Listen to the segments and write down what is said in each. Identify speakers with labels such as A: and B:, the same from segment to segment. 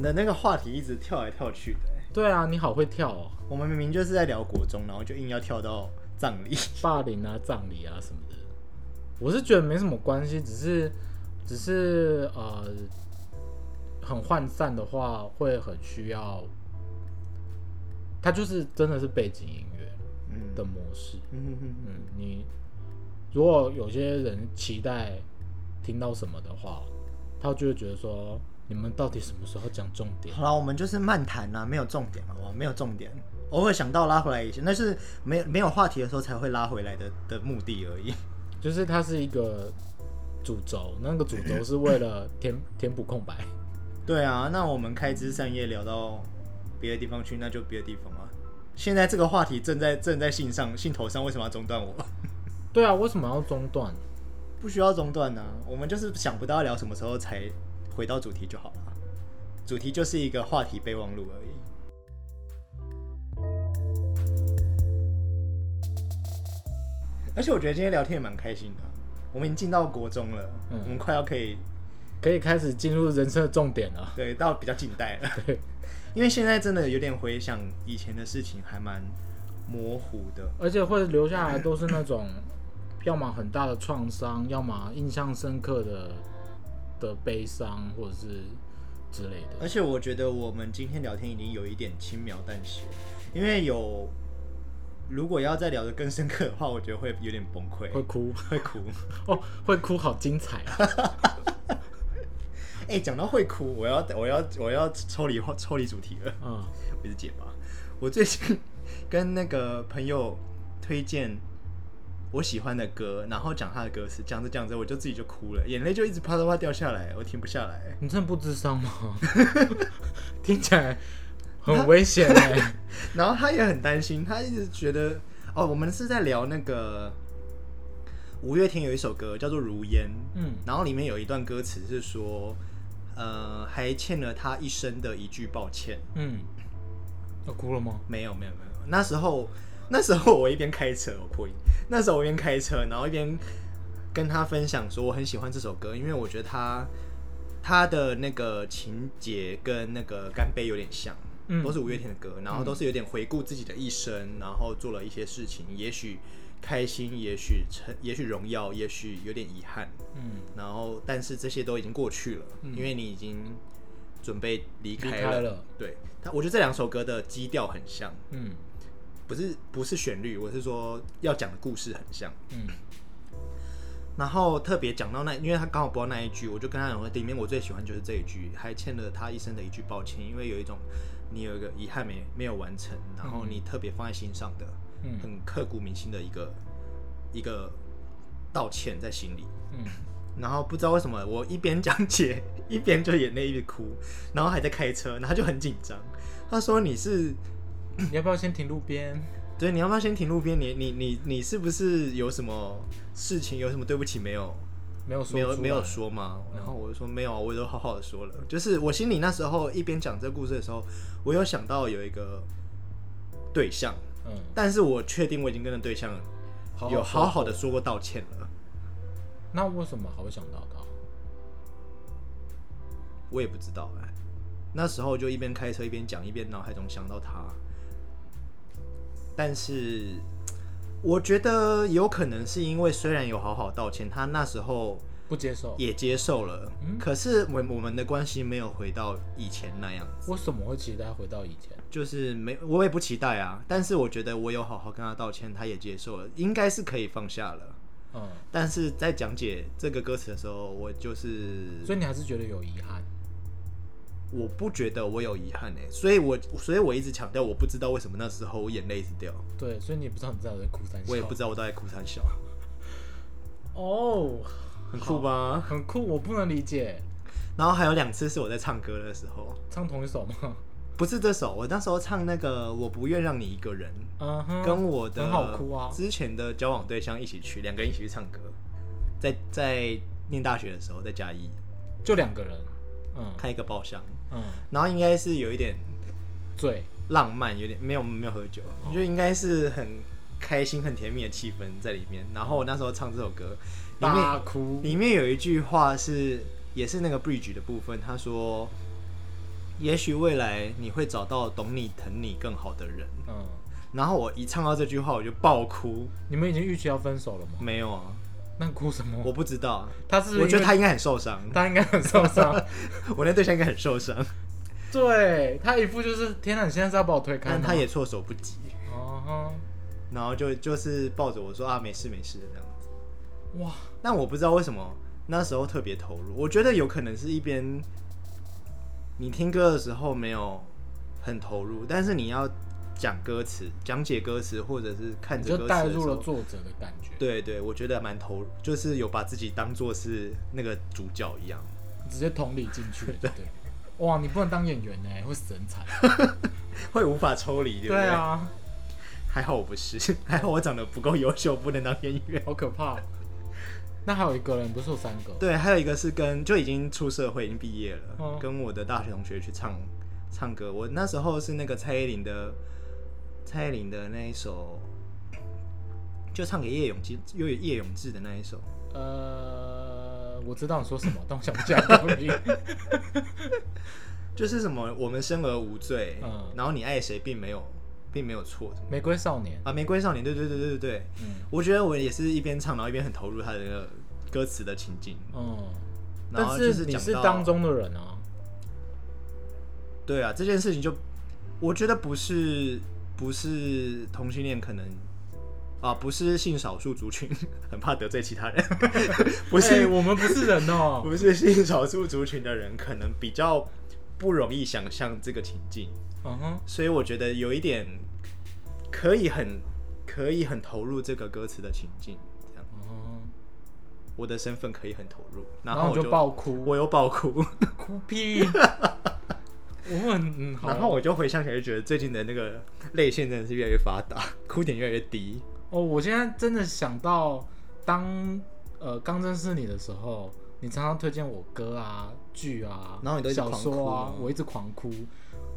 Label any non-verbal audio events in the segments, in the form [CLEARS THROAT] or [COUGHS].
A: 的那个话题一直跳来跳去的、欸。
B: 对啊，你好会跳哦，
A: 我们明明就是在聊国中，然后就硬要跳到葬礼。
B: 霸凌啊、葬礼啊什么的，我是觉得没什么关系，只是只是呃，很涣散的话会很需要，它就是真的是背景音乐
A: 嗯
B: 的模式。
A: 嗯嗯嗯，
B: 嗯，你如果有些人期待听到什么的话，他就会觉得说，你们到底什么时候讲重点？
A: 好了，我们就是漫谈啦、没有重点嘛，我没有重点，偶尔想到拉回来一些，那是没有没有话题的时候才会拉回来的的目的而已。
B: 就是它是一个主轴，那个主轴是为了填填补空白。
A: 对啊，那我们开枝散叶聊到别的地方去，那就别的地方啊。现在这个话题正在正在信上信头上，为什么要中断我？
B: 对啊，为什么要中断？
A: 不需要中断呢、我们就是想不到要聊什么时候才回到主题就好了。啊主题就是一个话题备忘录而已。而且我觉得今天聊天也蛮开心的，啊我们已经进到国中了，
B: 嗯
A: 我们快要可以
B: 可以开始进入人生的重点了。
A: 对到比较近代了，
B: 对，
A: 因为现在真的有点回想以前的事情，还蛮模糊的。
B: 而且会留下来都是那
A: [LAUGHS]
B: 种，要么很大的创伤，要么印象深刻的的悲伤，或者是之类的。
A: 而且我觉得我们今天聊天已经有一点轻描淡写，因为有如果要再聊得更深刻的话，我觉得会有点崩溃，
B: 会哭 [LAUGHS]
A: 会 [LAUGHS] 哭。
B: 哦，会哭，好精彩啊！
A: [LAUGHS] 哎、讲到会哭，我要我要我要抽离抽离主题了，
B: 嗯，
A: 我是结巴。我最近跟那个朋友推荐我喜欢的歌，然后讲他的歌词，讲着讲着我就自己就哭了，眼泪就一直啪啦啪啦掉下来，我停不下来。
B: 你真的不智
A: [LAUGHS]
B: 商吗？ [LAUGHS] 听起来很危险哎、
A: [LAUGHS] 然后他也很担心，他一直觉得哦，我们是在聊那个五月天有一首歌叫做《如烟》，
B: 嗯，
A: 然后里面有一段歌词是说，呃，还欠了他一生的一句抱歉。
B: 嗯，要哭了吗？
A: 没有没有没有，那时候那时候我一边开车，我破音。那时候我一边开车，然后一边跟他分享说我很喜欢这首歌，因为我觉得他他的那个情节跟那个干杯有点像，
B: 嗯
A: 都是五月天的歌，然后都是有点回顾自己的一生，然后做了一些事情，也许开心，也许成，也许荣耀，也许有点遗憾，
B: 嗯，
A: 然后但是这些都已经过去了，
B: 嗯
A: 因为你已经准备离开
B: 离开了
A: 对他，我觉得这两首歌的基调很像，
B: 嗯
A: 不是不是旋律，我是说要讲的故事很像。
B: 嗯
A: 然后特别讲到那，因为他刚好播到那一句，我就跟他讲说，里面我最喜欢就是这一句，还欠了他一生的一句抱歉，因为有一种你有一个遗憾没没有完成，然后你特别放在心上的，
B: 嗯
A: 很刻骨铭心的一个一个道歉在心里。
B: 嗯，
A: 然后不知道为什么，我一边讲解 [LAUGHS] 一边就眼泪一直哭，然后还在开车，然后他就很紧张。他说：“你是
B: 你要不要先停路边？
A: 对，你要不要先停路边？你你你你是不是有什么事情，有什么对不起没有
B: 没有说
A: 没有
B: 出
A: 没有
B: 来，
A: 说吗？
B: 嗯
A: 然后我就说没有啊，我都好好的说了。就是我心里那时候一边讲这故事的时候，我有想到有一个对象，
B: 嗯，
A: 但是我确定我已经跟那对象
B: 好
A: 有
B: 好
A: 好
B: 说
A: 好的说过道歉了，
B: 那为什么还会想到他？
A: 我也不知道哎、那时候就一边开车一边讲，一边脑海中想到他，但是我觉得有可能是因为虽然有好好道歉，他那时候
B: 不接受？
A: 也接受了，
B: 嗯
A: 可是我我们的关系没有回到以前那样。
B: 为什么会期待回到以前？
A: 就是没，我也不期待啊。但是我觉得我有好好跟他道歉，他也接受了，应该是可以放下了。
B: 嗯，
A: 但是在讲解这个歌词的时候，我就是
B: 所以你还是觉得有遗憾？
A: 我不觉得我有遗憾哎、所以我所以我一直强调，我不知道为什么那时候我眼泪一直掉，
B: 对，所以你也不知道你在在哭三笑。
A: 我也不知道我到底哭三小，
B: 哦，
A: 很酷吧？
B: 很酷，我不能理解。
A: 然后还有两次是我在唱歌的时候，
B: 唱同一首吗？
A: 不是这首，我那时候唱那个我不愿让你一个人，
B: 嗯哼，
A: 跟我的
B: 很好哭啊
A: 之前的交往对象一起去，两个人一起去唱歌，在在念大学的时候，在嘉义
B: 就两个人，嗯
A: 开一个包厢，
B: 嗯，
A: 然后应该是有一点
B: 醉，
A: 浪漫，有点没有没有喝酒，
B: 哦
A: 就应该是很开心、很甜蜜的气氛在里面。然后我那时候唱这首歌，里
B: 大
A: 面
B: 哭，
A: 里面有一句话是也是那个 bridge 的部分，他说也许未来你会找到懂你、疼你更好的人。
B: 嗯，
A: 然后我一唱到这句话，我就爆哭。
B: 你们已经预期要分手了吗？
A: 没有啊，
B: 那哭什么？
A: 我不知道，
B: 他嗯是不是
A: 我觉得
B: 因
A: 他
B: 为
A: 应该很受伤。
B: 他应该很受
A: [LAUGHS]
B: 伤，
A: 我那对象应该很受
B: [LAUGHS]
A: 伤，
B: 对他一副就是天哪，你现在是要把我推开
A: 但
B: 吗？
A: 他也措手不及，
B: 哦
A: 然后就就是抱着我说啊，没事没事的这样子。
B: 哼，哇，
A: 但我不知道为什么那时候特别投入，我觉得有可能是一边你听歌的时候没有很投入，但是你要讲歌词、讲解歌词，或者是看
B: 你
A: 着
B: 就
A: 歌
B: 带
A: 词的时
B: 入了
A: 候，
B: 作者的感觉，
A: 对对，我觉得蛮投入，就是有把自己当做是那个主角
B: [LAUGHS]
A: 一样。
B: 直接同理进
A: [LAUGHS]
B: 去，对。哇，你不能当演员呢，会死人惨。
A: 会无法抽离，对不对？
B: 对啊，
A: 还好我不是， [LAUGHS] 还好我长得不够优秀，不能当演员。
B: 好可怕。哦那还有一个人，不是有三个？哦
A: 对，还有一个是跟就已经出社会，已经毕业了，
B: 嗯
A: 跟我的大学同学去唱唱歌。我那时候是那个蔡依林的，蔡依林的那一首，就唱给叶永志，因为叶永志的那一首。
B: 呃，我知道你说什么，但我想不起来歌名。
A: 就是什么，我们生而无罪，
B: 嗯
A: 然后你爱谁并没有，并没有错
B: [LAUGHS] 玫瑰少年，
A: 啊。玫瑰少年，对对对对对对，
B: 嗯
A: 我觉得我也是一边唱，然后一边很投入他的那个歌词的情境，
B: 嗯，
A: 然后
B: 但
A: 就是
B: 你
A: 讲
B: 是
A: 到
B: 当中的人啊，
A: 对啊，这件事情就我觉得不是不是同性恋可能啊，不是性少数族群， [LAUGHS] 很怕得罪其他人， [LAUGHS] 不
B: 哎
A: 是、
B: 我们不是人哦。
A: [LAUGHS] 不是性少数族群的人可能比较不容易想象这个情境，
B: 嗯哼，
A: 所以我觉得有一点可以很可以很投入这个歌词的情境，这样
B: 嗯哼，
A: 我的身份可以很投入，
B: 然
A: 后
B: 后
A: 我
B: 你就爆哭，
A: 我又爆哭，
B: 哭屁。
A: [LAUGHS]
B: 我很嗯，好
A: 然后我就回想起来，就觉得最近的那个泪腺真的是越来越发达， [LAUGHS] 哭点越来越低。
B: 哦，我现在真的想到当呃刚认识你的时候，你常常推荐我歌啊、剧啊，
A: 然后你都一直
B: 小
A: 狂
B: 说啊
A: 哭，
B: 我一直狂哭。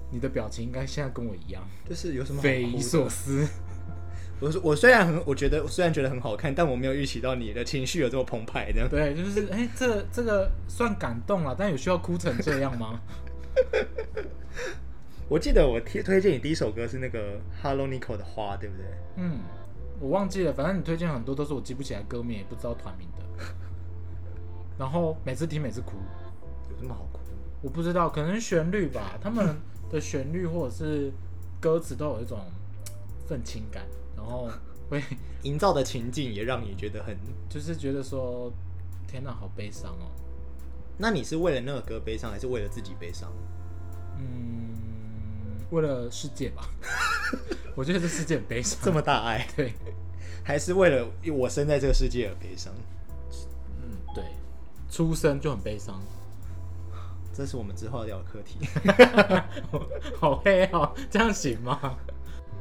B: 你的表情应该现在跟我一样，
A: 就是有什么好
B: 匪
A: 哭
B: 夷
A: 的
B: 所思。 [LAUGHS]
A: 我说我虽然很，我觉得我虽然觉得很好看，但我没有预期到你的情绪有这么澎湃这样。
B: 对，就是哎、这这个算感动了，但有需要哭成这样吗？ [LAUGHS]
A: 我记得我推推荐你第一首歌是那个 Hello Nico 的花，对不对？
B: 嗯，我忘记了，反正你推荐很多都是我记不起来歌名，也不知道团名的。然后每次听每次哭，
A: 有什么好哭？
B: 我不知道，可能是旋律吧，他们的旋律或者是歌词都有一种愤青感，然后会
A: 营造的情境也让你觉得很……
B: 就是觉得说，天哪，好悲伤哦。
A: 那你是为了那个歌悲伤，还是为了自己悲伤？
B: 嗯，为了世界吧， [LAUGHS] 我觉得这世界很悲伤。
A: 这么大爱，
B: 对，
A: 还是为了我生在这个世界而悲伤？
B: 嗯，对，出生就很悲伤，
A: 这是我们之后要聊的课题。
B: 好黑哦，这样行吗？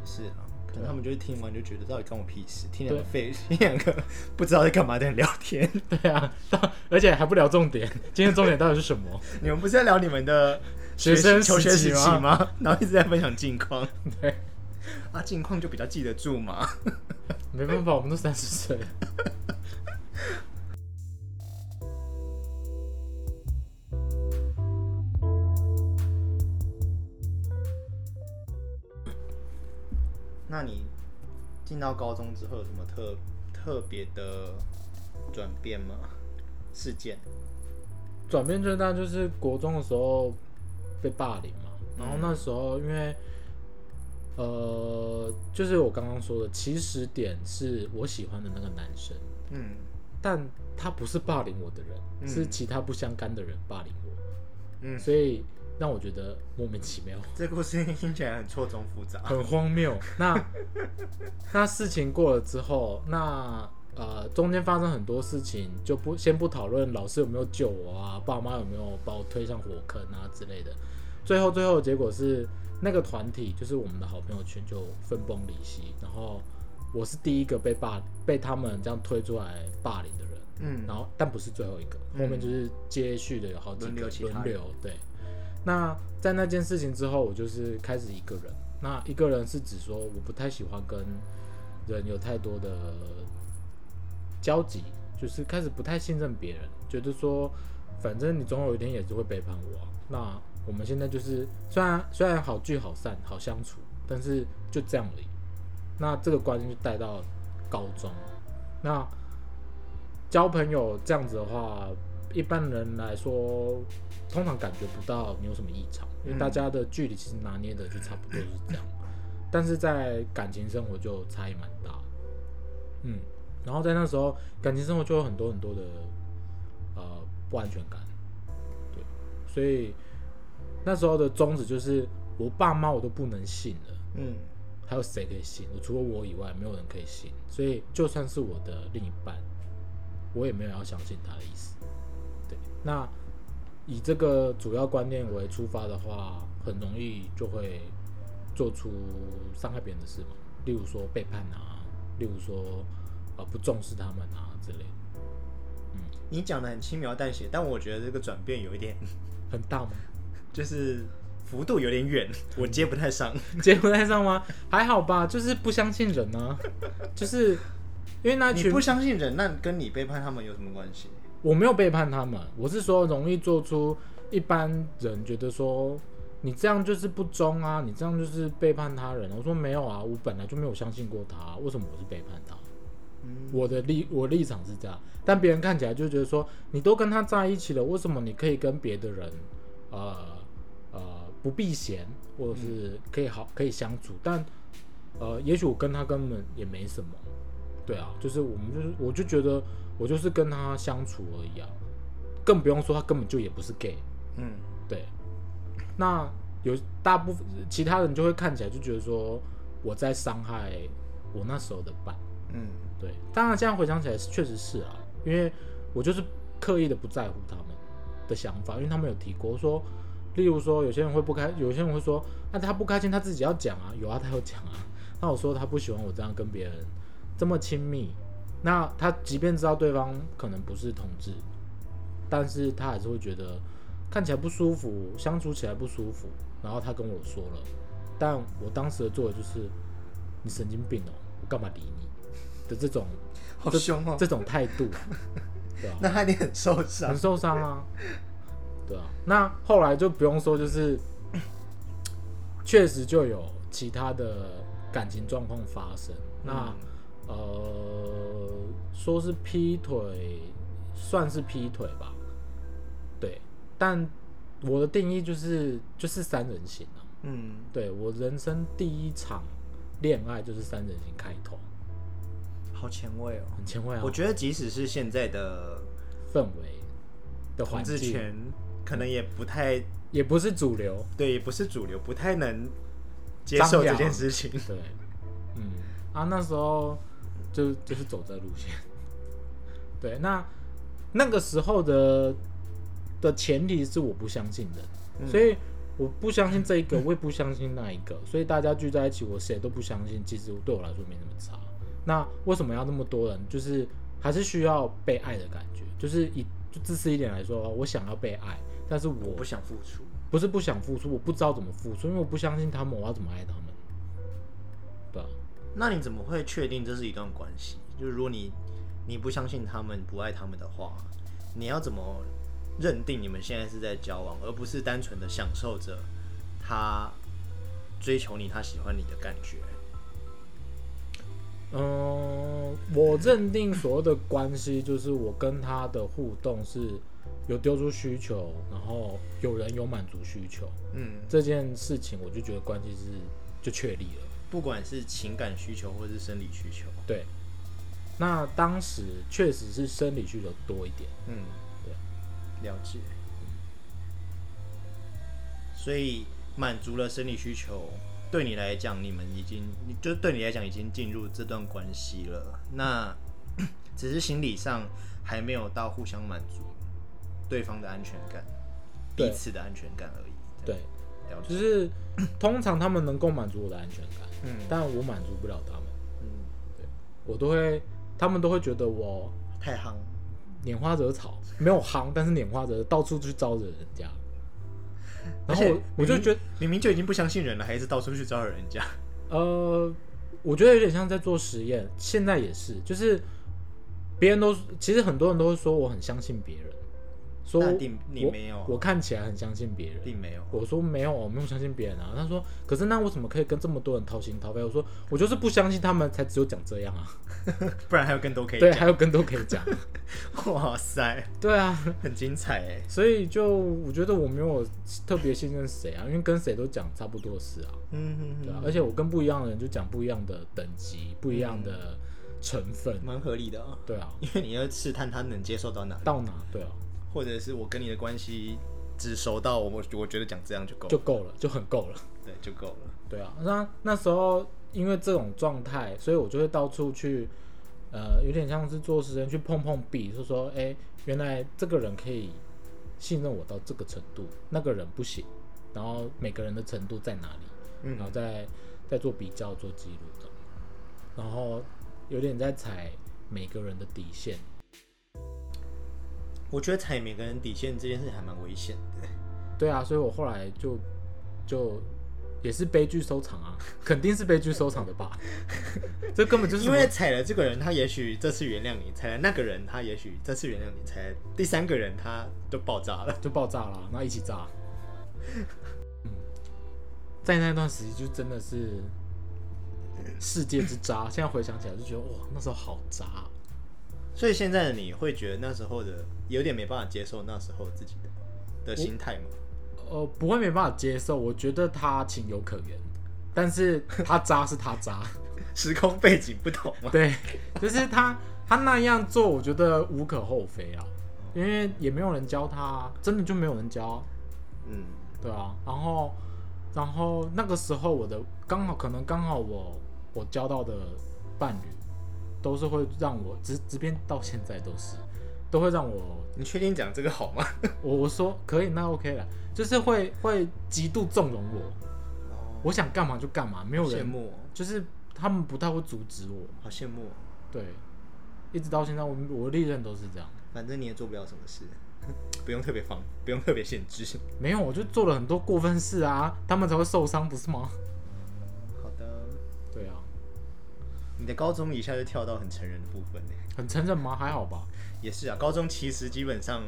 A: 是啊，可能他们就是听完就觉得到底关我屁事，听两
B: 对
A: 个废，听两个不知道在干嘛的人聊
B: [LAUGHS]
A: 天。
B: 对啊，到而且还不聊重点，今天重点到底是什么？
A: 你们不是在聊你们的
B: 学生
A: 求学
B: 时期
A: 时期吗？然后一直在分享近况
B: 对，
A: 啊，近况就比较记得住嘛。
B: 没办法，我们都三十岁了。
A: 那你进到高中之后有什么特特别的转变吗？事件？
B: 转变最大就是国中的时候被霸凌嘛，然后那时候因为、呃，就是我刚刚说的，起始点是我喜欢的那个男生，
A: 嗯，
B: 但他不是霸凌我的人，
A: 嗯
B: 是其他不相干的人霸凌我，
A: 嗯
B: 所以让我觉得莫名其妙，
A: 这故事听起来很错综复杂。
B: 很荒谬。那那事情过了之后，那。呃，中间发生很多事情，就不先不讨论老师有没有救我啊，爸妈有没有把我推上火坑啊之类的。最后最后的结果是，那个团体就是我们的好朋友圈就分崩离析，然后我是第一个被霸被他们这样推出来霸凌的人，
A: 嗯
B: 然后但不是最后一个，
A: 嗯
B: 后面就是接续的有好几
A: 轮
B: 个
A: 流其他
B: 轮
A: 人
B: 流。对，那在那件事情之后，我就是开始一个人。那一个人是指说我不太喜欢跟人有太多的交集，就是开始不太信任别人，觉得说反正你总有一天也是会背叛我啊、那我们现在就是虽然虽然好聚好散好相处，但是就这样而已。那这个观念就带到高中，那交朋友这样子的话，一般人来说通常感觉不到你有什么异常，因为
A: 嗯
B: 大家的距离其实拿捏的就差不多是这样。但是在感情生活就差异蛮大的，嗯，然后在那时候感情生活就有很多很多的呃不安全感，对，所以那时候的宗旨就是我爸妈我都不能信了。
A: 嗯
B: 还有谁可以信？我除了我以外，没有人可以信。所以就算是我的另一半，我也没有要相信他的意思。对，那以这个主要观念为出发的话，很容易就会做出伤害别人的事嘛，例如说背叛啊，例如说呃不重视他们啊之类的，
A: 你讲的很轻描淡写，但我觉得这个转变有一点，
B: 很大吗？
A: 就是幅度有点远，
B: 嗯
A: 我接不太上。
B: [LAUGHS] 结婚在上吗？还好吧，就是不相信人啊，就是因为那
A: 你
B: 群
A: 不相信人，那跟你背叛他们有什么关系？
B: 我没有背叛他们，我是说容易做出一般人觉得说你这样就是不忠啊，你这样就是背叛他人。我说没有啊，我本来就没有相信过他，啊为什么我是背叛他？
A: 嗯
B: 我的立我立场是这样，但别人看起来就觉得说你都跟他在一起了，为什么你可以跟别的人，呃呃不避嫌，或者是可以好可以相处？但呃，也许我跟他根本也没什么，对啊，就是我们就是我就觉得我就是跟他相处而已啊，更不用说他根本就也不是 gay，
A: 嗯，
B: 对，那有大部分其他人就会看起来就觉得说我在伤害我那时候的伴。
A: 嗯
B: 对，当然现在回想起来是确实是啊，因为我就是刻意的不在乎他们的想法，因为他们有提过说，例如说有些人会不开，有些人会说，那、他不开心他自己要讲啊，有啊他有讲啊，那我说他不喜欢我这样跟别人这么亲密，那他即便知道对方可能不是同志，但是他还是会觉得看起来不舒服，相处起来不舒服，然后他跟我说了，但我当时的作为就是你神经病哦，我干嘛理你的这种
A: 好凶哦、
B: 这种态度，
A: [LAUGHS]
B: 对啊，
A: 那他一定很受伤
B: 很。受伤啊，对啊。
A: [LAUGHS]
B: 那后来就不用说，就是 [COUGHS] 确实就有其他的感情状况发生。那、
A: 嗯
B: 呃，说是劈腿，算是劈腿吧，对。但我的定义就是就是三人行啊，
A: 嗯，
B: 对我人生第一场恋爱就是三人行开头，
A: 好前卫哦、
B: 很前卫啊
A: 我，觉得即使是现在的
B: 氛围的
A: 统
B: 环
A: 治
B: 境。
A: 权，可能也不太
B: 也不是主流。
A: [LAUGHS] 对，也不是主流，不太能接受这件事情。
B: 对，嗯啊，那时候就就是走这路线。 [LAUGHS] 对，那那个时候的的前提是我不相信人，
A: 嗯
B: 所以我不相信这一个，我也不相信那一个，所以大家聚在一起，我谁都不相信，其实对我来说没什么差。那为什么要那么多人？就是还是需要被爱的感觉，就是以就自私一点来说，我想要被爱，但是
A: 我
B: 我
A: 不想付出，
B: 不是不想付出，我不知道怎么付出，因为我不相信他们，我要怎么爱他们？对啊，
A: 那你怎么会确定这是一段关系？就是如果你你不相信他们，不爱他们的话，你要怎么认定你们现在是在交往，而不是单纯的享受着他追求你，他喜欢你的感觉？
B: 嗯、我认定所谓的关系就是我跟他的互动是有丢出需求，然后有人有满足需求
A: 嗯，
B: 这件事情，我就觉得关系是就确立了。
A: 不管是情感需求或是生理需求，
B: 对，那当时确实是生理需求多一点，
A: 嗯，
B: 对，
A: 了解。所以满足了生理需求，对你来讲，你们已经，你就对你来讲已经进入这段关系了。那 [COUGHS] 只是心理上还没有到互相满足对方的安全感，
B: 对
A: 彼此的安全感而已。
B: 对，
A: 了解。
B: 就是通常他们能够满足我的安全感，
A: 嗯
B: 但我满足不了他们。
A: 嗯，
B: 我都会，他们都会觉得我
A: 太夯。
B: 拈花惹草，没有行，但是拈花惹到处去招惹人家。
A: 而
B: 然后
A: 且
B: 我我就
A: 明明
B: 觉得，
A: 明明就已经不相信人了，还一直到处去招惹人家。 [LAUGHS]
B: 呃，我觉得有点像在做实验，现在也是，就是别人都其实很多人都会说我很相信别人，说
A: 那你你
B: 我
A: 没有啊
B: 我看起来很相信别人，
A: 并没有。
B: 我说没有，我没有相信别人啊。他说，可是那为什么可以跟这么多人掏心掏肺？我说，我就是不相信他们，才只有讲这样啊。
A: 不然还有更多可以
B: 对，
A: 讲。
B: 还有更多可以讲。 [LAUGHS]
A: [LAUGHS] 哇塞，
B: 对啊，
A: 很精彩哎！
B: 所以就我觉得我没有特别信任谁啊，因为跟谁都讲差不多的事啊，
A: 嗯嗯
B: 对啊。
A: 嗯，
B: 而且我跟不一样的人就讲不一样的等级、不一样的成分，
A: 蛮合理的啊， [LAUGHS]
B: 对啊，
A: 因为你要试探他能接受到哪里，
B: 到哪对啊
A: 或者是我跟你的关系只熟到我我觉得讲这样就够，
B: 就够了，就很够了。
A: 对就够了。
B: 对啊，那那时候因为这种状态，所以我就会到处去，呃，有点像是做实验去碰碰壁，就说，哎、原来这个人可以信任我到这个程度，那个人不行，然后每个人的程度在哪里，
A: 嗯
B: 然后再再做比较、做记录的，然后有点在踩每个人的底线，
A: 我觉得踩每个人底线这件事情还蛮危险的，
B: 对啊，所以我后来就就。也是悲剧收场啊，肯定是悲剧收场的吧？这根本就是
A: 因
B: 什么
A: 为踩了这个人，他也许这次原谅你；踩了那个人，他也许这次原谅你；踩了第三个人，他就爆炸
B: [LAUGHS]
A: 了。
B: 就爆炸了，然后一起炸。嗯， [LAUGHS] 在那段时期就真的是世界之渣。现在回想起来就觉得哇，那时候好渣啊。
A: 所以现在的你会觉得那时候的有点没办法接受那时候自己的的心
B: [LAUGHS]
A: 态吗？
B: 呃，不会没办法接受，我觉得他情有可原，但是他渣是他渣，
A: 时空背景不同吗？
B: [LAUGHS] 对，就是他他那样做，我觉得无可厚非啊，因为也没有人教他啊，真的就没有人教啊、
A: 嗯
B: 对啊，然后然后那个时候我的刚好可能刚好我我交到的伴侣都是会让我直直边到现在都是都会让我
A: 你确定讲这个好吗？
B: 我我说可以那 OK 了，就是会会极度纵容我，我想干嘛就干嘛，哦没有
A: 羡
B: 人
A: 慕哦，
B: 就是他们不太会阻止我，
A: 好羡慕哦。
B: 对，一直到现在我我历任都是这样，
A: 反正你也做不了什么事， [LAUGHS] 不用特别防，不用特别限制。
B: 没有我就做了很多过分事啊，他们才会受伤不是吗？
A: 好的，
B: 对啊，
A: 你的高中一下就跳到很成人的部分呢。
B: 很承认吗？还好吧。
A: 也是啊，高中其实基本上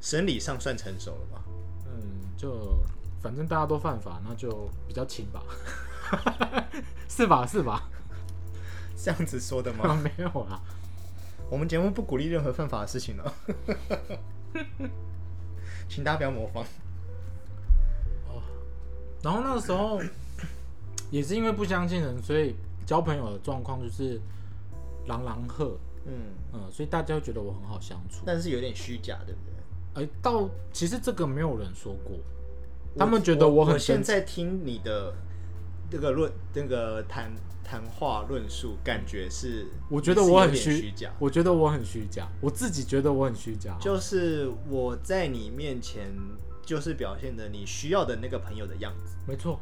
A: 生理上算成熟了吧？
B: 嗯，就反正大家都犯法，那就比较轻吧，是吧？是吧？
A: 这样子说的吗？
B: [LAUGHS] 没有啦，
A: 我们节目不鼓励任何犯法的事情哦， [LAUGHS] 请大家不要模仿。
B: 然后那个时候也是因为不相信人，所以交朋友的状况就是狼狼赫，
A: 嗯，
B: 嗯，所以大家会觉得我很好相处。
A: 但是有点虚假，对不对？
B: 哎、到其实这个没有人说过，他们觉得我很
A: 我现
B: 真诚
A: 在听你的这个论那个谈谈话论述，感觉是
B: 我觉得我很
A: 你是有
B: 虚
A: 点虚假，
B: 我觉得我很虚假，我自己觉得我很虚假。
A: 就是我在你面前就是表现的你需要的那个朋友的样子，
B: 没错，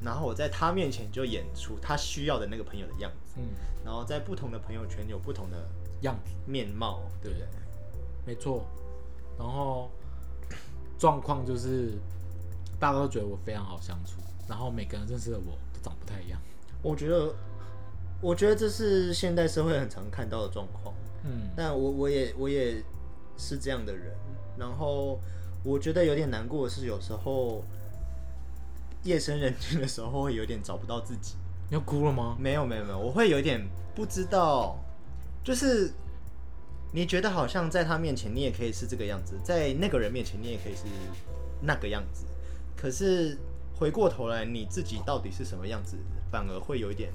A: 然后我在他面前就演出他需要的那个朋友的样子，
B: 嗯，
A: 然后在不同的朋友圈有不同的
B: 样子。
A: 面貌，对不对？
B: 没错。然后状况就是大家都觉得我非常好相处，然后每个人认识的我都长不太一样。
A: 我觉得，我觉得这是现代社会很常看到的状况。
B: 嗯，
A: 但我我也我也是这样的人，然后我觉得有点难过的是，有时候夜深人静的时候会有点找不到自己。
B: 你要哭了吗？
A: 没有没有没有，我会有点不知道，就是你觉得好像在他面前你也可以是这个样子，在那个人面前你也可以是那个样子，可是回过头来你自己到底是什么样子，反而会有一点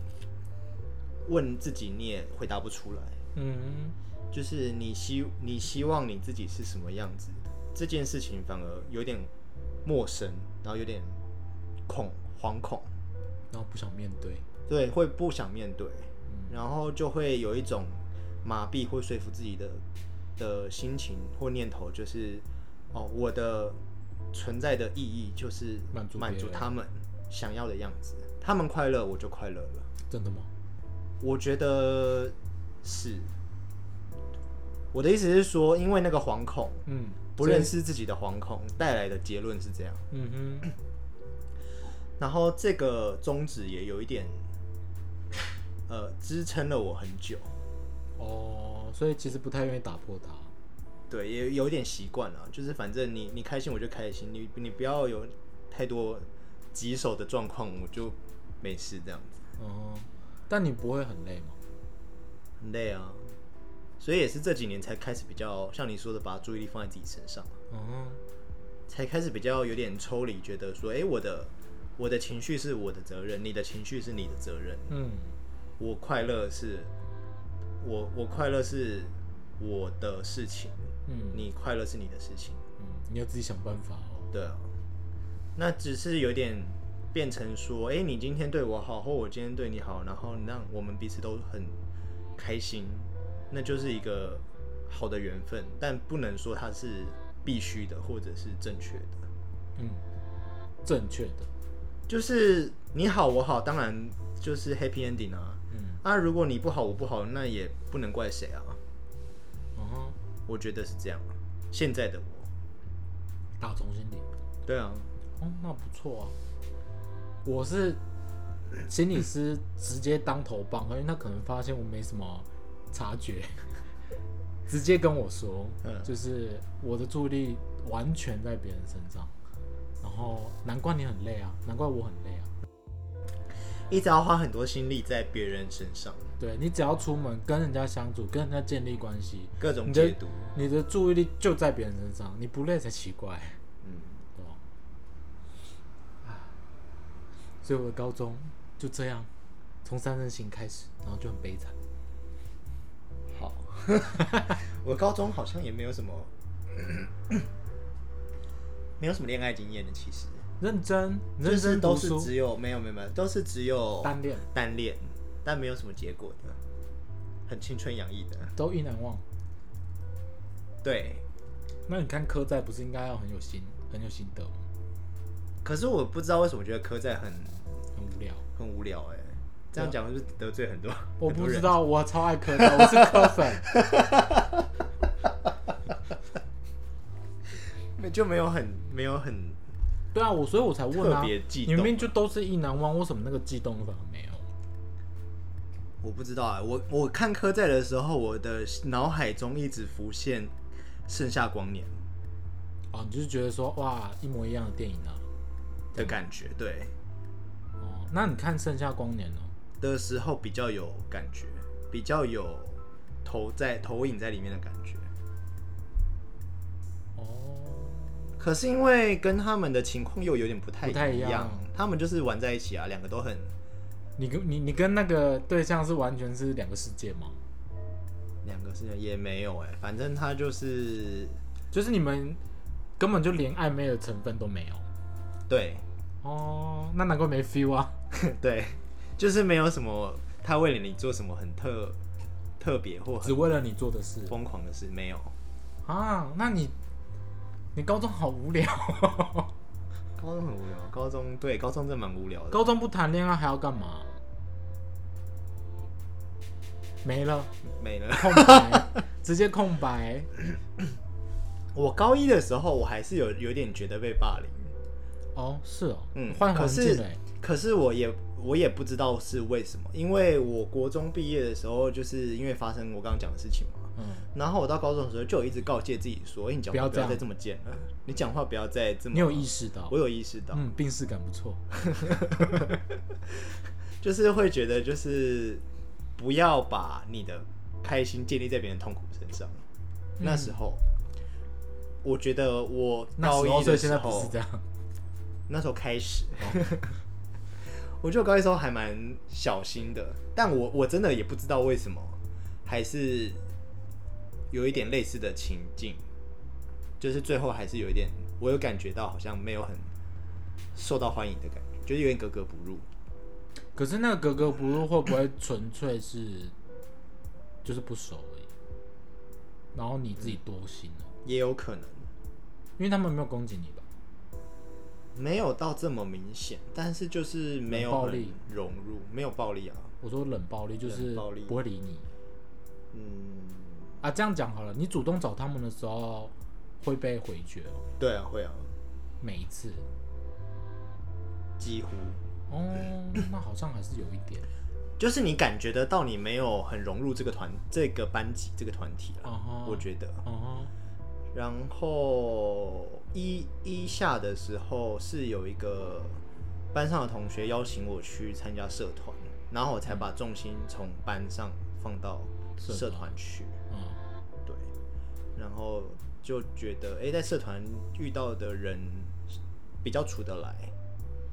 A: 问自己，你也回答不出来。
B: 嗯，
A: 就是你希你希望你自己是什么样子，这件事情反而有点陌生，然后有点恐惶恐，
B: 然后不想面对。
A: 对，会不想面对，
B: 嗯
A: 然后就会有一种麻痹或说服自己的的心情或念头，就是哦，我的存在的意义就是
B: 满足别人
A: 满足他们想要的样子，他们快乐我就快乐了。
B: 真的吗？
A: 我觉得是。我的意思是说，因为那个惶恐，
B: 嗯，
A: 不认识自己的惶恐带来的结论是这样。
B: 所以。嗯哼，
A: 然后这个宗旨也有一点，呃，支撑了我很久。
B: 哦，所以其实不太愿意打破它。
A: 对，也有一点习惯了，就是反正你你开心我就开心，你你不要有太多棘手的状况，我就没事这样子，
B: 哦、但你不会很累吗？
A: 很累啊。所以也是这几年才开始比较像你说的，把注意力放在自己身上，
B: 嗯，
A: 才开始比较有点抽离，觉得说，哎、我的我的情绪是我的责任，你的情绪是你的责任，
B: 嗯，
A: 我快乐是，我我快乐是我的事情，
B: 嗯，
A: 你快乐是你的事情。
B: 嗯，你要自己想办法哦。
A: 对啊，那只是有点变成说，哎、你今天对我好，或我今天对你好，然后让我们彼此都很开心，那就是一个好的缘分，但不能说它是必须的或者是正确的。
B: 嗯，正确的。
A: 就是你好我好，当然就是 happy ending 啊。
B: 嗯，
A: 啊，如果你不好我不好，那也不能怪谁啊。
B: 嗯哼，
A: 我觉得是这样啊，现在的我。
B: 打从心底。
A: 对啊，
B: 哦，那不错啊。我是心理师，直接当头棒，因为他可能发现我没什么察觉， [LAUGHS] 直接跟我说，
A: 嗯
B: 就是我的注意力完全在别人身上，然后难怪你很累啊，难怪我很累啊。
A: 一直要花很多心力在别人身上，
B: 对你只要出门跟人家相处，跟人家建立关系，
A: 各种
B: 你的
A: 解读。
B: 你的注意力就在别人身上，你不累才奇怪，
A: 嗯。
B: 对吧？唉所以我的高中就这样，从三人行开始，然后就很悲惨。
A: 好，我高中好像也没有什么， [CLEARS THROAT] 没有什么恋爱经验的，其实
B: 认真，
A: 就
B: 认
A: 是
B: 真
A: 都
B: 读
A: 是
B: 书，
A: 只有没有没有没有，都是只有
B: 单恋
A: 单恋，但没有什么结果的，很青春洋溢的。
B: 都一难忘。
A: 对，
B: 那你看科在不是应该要很有心，很有心得吗？
A: 可是我不知道为什么觉得科在很
B: 很无聊，
A: 很无聊哎、这样讲是不是得罪很多？
B: 我
A: 很多
B: 不知
A: 人。
B: 道，我超爱科在，我是
A: [LAUGHS]
B: 科粉。
A: 没就没有很没有很
B: 对啊，我所以我才问啊，
A: 特别悸动
B: 你明明就都是一难忘，为什么那个悸动反而没有？
A: 我不知道啊、我我看科在的时候，我的脑海中一直浮现《盛夏光年》
B: 哦，你就是觉得说哇，一模一样的电影啊。
A: 的感觉，对
B: 哦，那你看《盛夏光年》呢？
A: 的时候比较有感觉，比较有投在投影在里面的感觉。
B: 哦，
A: 可是因为跟他们的情况又有点不太
B: 不太一
A: 一
B: 样
A: 他们就是玩在一起啊，两个都很
B: 你跟你你跟那个对象是完全是两个世界吗？
A: 两个是也没有哎、反正他就是
B: 就是你们根本就连暧昧的成分都没有。
A: 对 [LAUGHS]
B: 哦，那难怪没 feel 啊。
A: 对，就是没有什么他为了你做什么很特特别或
B: 只
A: 很
B: 为了你做的事
A: 疯狂的事，没有。
B: 啊？那你你高中好无聊、 [LAUGHS]
A: 高中很无聊，高中对高中真的蛮无聊的。
B: 高中不谈恋爱还要干嘛？没了，
A: 没了。
B: 空白，直接空白。
A: 我高一的时候，我还是有有点觉得被霸凌，
B: 哦，是哦，
A: 嗯
B: 换环
A: 可是
B: 境欸嘞。
A: 可是我也我也不知道是为什么，因为我国中毕业的时候，就是因为发生我刚刚讲的事情嘛。
B: 嗯，
A: 然后我到高中的时候，就有一直告诫自己说：“哎、你讲
B: 不要
A: 话不要
B: 这
A: 再
B: 样
A: 这么贱了，你讲话不要再这么……”
B: 你有意识到
A: 我？有意识到，
B: 嗯，病视感不错。
A: 就是会觉得就是不要把你的开心建立在别人痛苦身上。那时候，我觉得我
B: 嗯那
A: 高
B: 时
A: 一
B: 候所
A: 的
B: 以
A: 时
B: 现在
A: 候
B: 不是这样。
A: 那时候开始，
B: 哦
A: [LAUGHS] 我觉得我高一时候还蛮小心的，但我我真的也不知道为什么，还是有一点类似的情境，就是最后还是有一点，我有感觉到好像没有很受到欢迎的感觉，就是有点格格不入。
B: 可是那个格格不入会不会纯粹是就是不熟而已？然后你自己多心了、
A: 也有可能
B: 因为他们没有攻击你吧？
A: 没有到这么明显，但是就是没有
B: 暴
A: 很
B: 力
A: 融入，没有暴力啊，
B: 我说冷暴力就是
A: 冷暴力
B: 不会理你
A: 嗯，
B: 啊。这样讲好了，你主动找他们的时候会被回绝哦，
A: 对啊，会啊，
B: 每一次。
A: 几乎。
B: 哦，那好像还是有一点。
A: 就是你感觉得到你没有很融入这个团、这个班级、这个团体了。
B: 哦、
A: 我觉得，
B: 哦、
A: 然后一一下的时候是有一个班上的同学邀请我去参加社团，然后我才把重心从班上放到
B: 社
A: 社
B: 团
A: 团去。
B: 嗯，
A: 对，然后就觉得哎、诶在社团遇到的人比较处得来，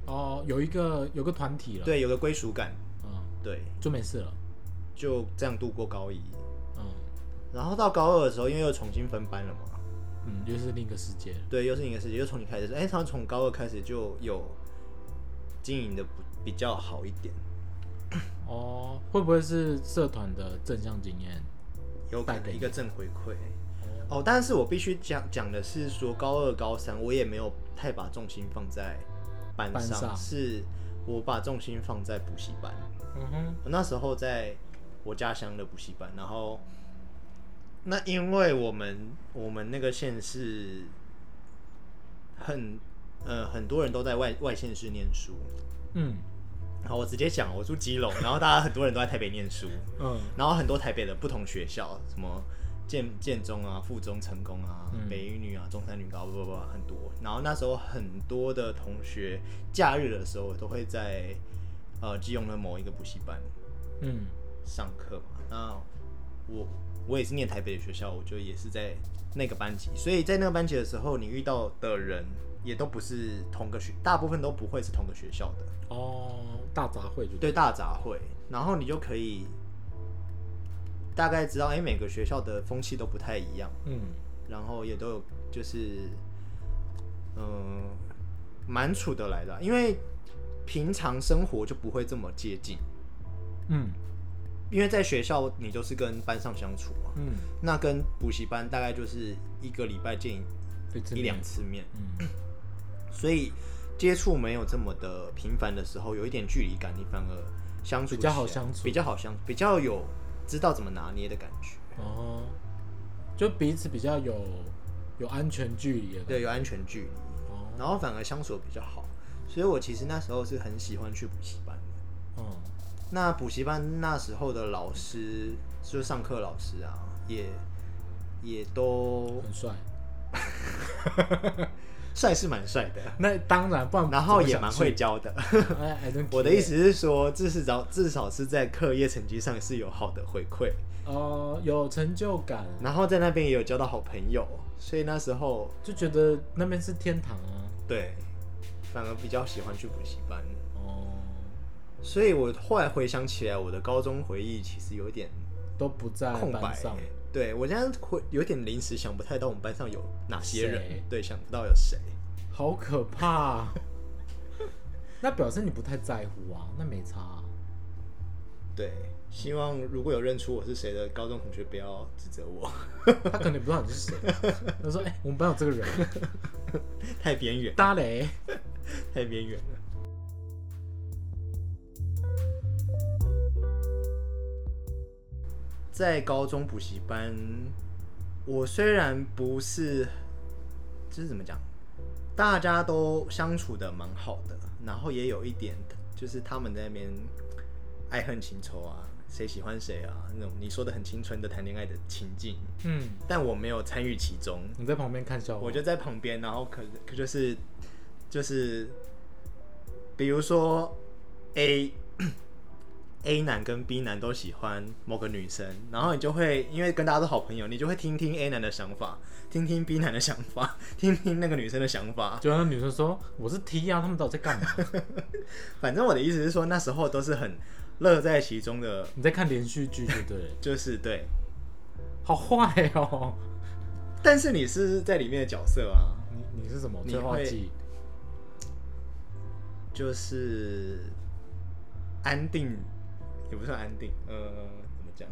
B: 哦，有一个有个团体了，，
A: 对，有个归属感，
B: 嗯，
A: 对，
B: 就没事了，
A: 就这样度过高一。
B: 嗯
A: 然后到高二的时候，因为又重新分班了嘛，
B: 嗯，又是另一个世界了，
A: 对，又是你的世界，又从你开始，哎、他从高二开始就有经营的比较好一点，
B: 哦，会不会是社团的正向经验？
A: 有
B: 带
A: 给
B: 给
A: 一
B: 你
A: 个正回馈。哦，但是我必须讲讲的是说，高二、高三我也没有太把重心放在班
B: 班
A: 上，
B: 上
A: 是我把重心放在补习班。
B: 嗯哼，
A: 我那时候在我家乡的补习班，然后那因为我们我们那个县市很呃很多人都在外外县市念书，
B: 嗯
A: 好，我直接讲，我住基隆，然后大家很多人都在台北念书，
B: 嗯
A: 然后很多台北的不同学校，什么建建中啊、附中、成功啊、
B: 嗯
A: 北一女啊、中山女高，不不不，很多。然后那时候很多的同学假日的时候都会在呃基隆的某一个补习班
B: 嗯，
A: 上课嘛。那我我也是念台北的学校，我就也是在那个班级，所以在那个班级的时候，你遇到的人也都不是同个学，大部分都不会是同个学校的。
B: 哦，大杂烩就
A: 对大杂烩，然后你就可以大概知道，哎、每个学校的风气都不太一样，
B: 嗯
A: 然后也都有就是，嗯、蛮处得来的啊、因为平常生活就不会这么接近，
B: 嗯
A: 因为在学校你都是跟班上相处嘛，
B: 嗯，
A: 那跟补习班大概就是一个礼拜见
B: 对，这
A: 一
B: 边
A: 两，次面，
B: 嗯
A: 所以接触没有这么的频繁的时候，有一点距离感，你反而相处
B: 比较好
A: 起来
B: 相处
A: 比较好相比较有知道怎么拿捏的感觉，
B: 哦，就彼此比较有有安全距离了，
A: 对，有安全距离，
B: 哦，
A: 然后反而相处得比较好，所以我其实那时候是很喜欢去补习班的。
B: 嗯
A: 那补习班那时候的老师，就是上课老师啊，也也
B: [LAUGHS]
A: 都
B: 很帅，
A: 帅是蛮帅的，
B: 那当然，不然
A: 然后
B: 哦怎么
A: 也
B: 想
A: 蛮
B: 去
A: 会教
B: [LAUGHS]
A: 的。
B: 哎，I don't
A: 我的意
B: care
A: 思是说，至少至少是在课业成绩上是有好的回馈。
B: 哦，有成就感，
A: 然后在那边也有交到好朋友，所以那时候
B: 就觉得那边是天堂啊。
A: 对，反而比较喜欢去补习班。
B: 哦，
A: 所以我后来回想起来，我的高中回忆其实有点
B: 都不在
A: 空
B: 班
A: 白欸
B: 上。。
A: 对我现在会有点临时想不太到我们班上有哪些人
B: 谁，
A: 对，想不到有谁。
B: 好可怕 [LAUGHS] 啊、那表示你不太在乎啊，那没差、啊。
A: 对，希望如果有认出我是谁的高中同学，不要指责我， [LAUGHS]
B: 他可能不知道你是谁，他说：“哎、我们班有这个人， [LAUGHS]
A: 太边缘，
B: 搭雷。
A: 太边缘了。在高中补习班，我虽然不是，就是怎么讲，大家都相处的蛮好的，然后也有一点就是他们在那边爱恨情仇啊，谁喜欢谁啊那种你说的很青春的谈恋爱的情境，”
B: 嗯，
A: 但我没有参与其中，
B: 你在旁边看笑话。
A: 我就在旁边，然后可可就是就是，比如说 A [CLEARS THROAT] A 男跟 B 男都喜欢某个女生，然后你就会因为跟大家都好朋友，你就会听听 A 男的想法，听听 B 男的想法，听听那个女生的想法。
B: 就那女生说：“我是 T 啊，他们到底在干嘛？ [LAUGHS]
A: 反正我的意思是说，那时候都是很乐在其中的，
B: 你在看连续剧，对不对了？ [LAUGHS]
A: 就是对。
B: 好坏哦。
A: 但是你是在里面的角色啊，
B: 你你是什么
A: 你
B: 催化
A: 会
B: 剂？
A: 就是安定，也不算安定，呃，怎么讲？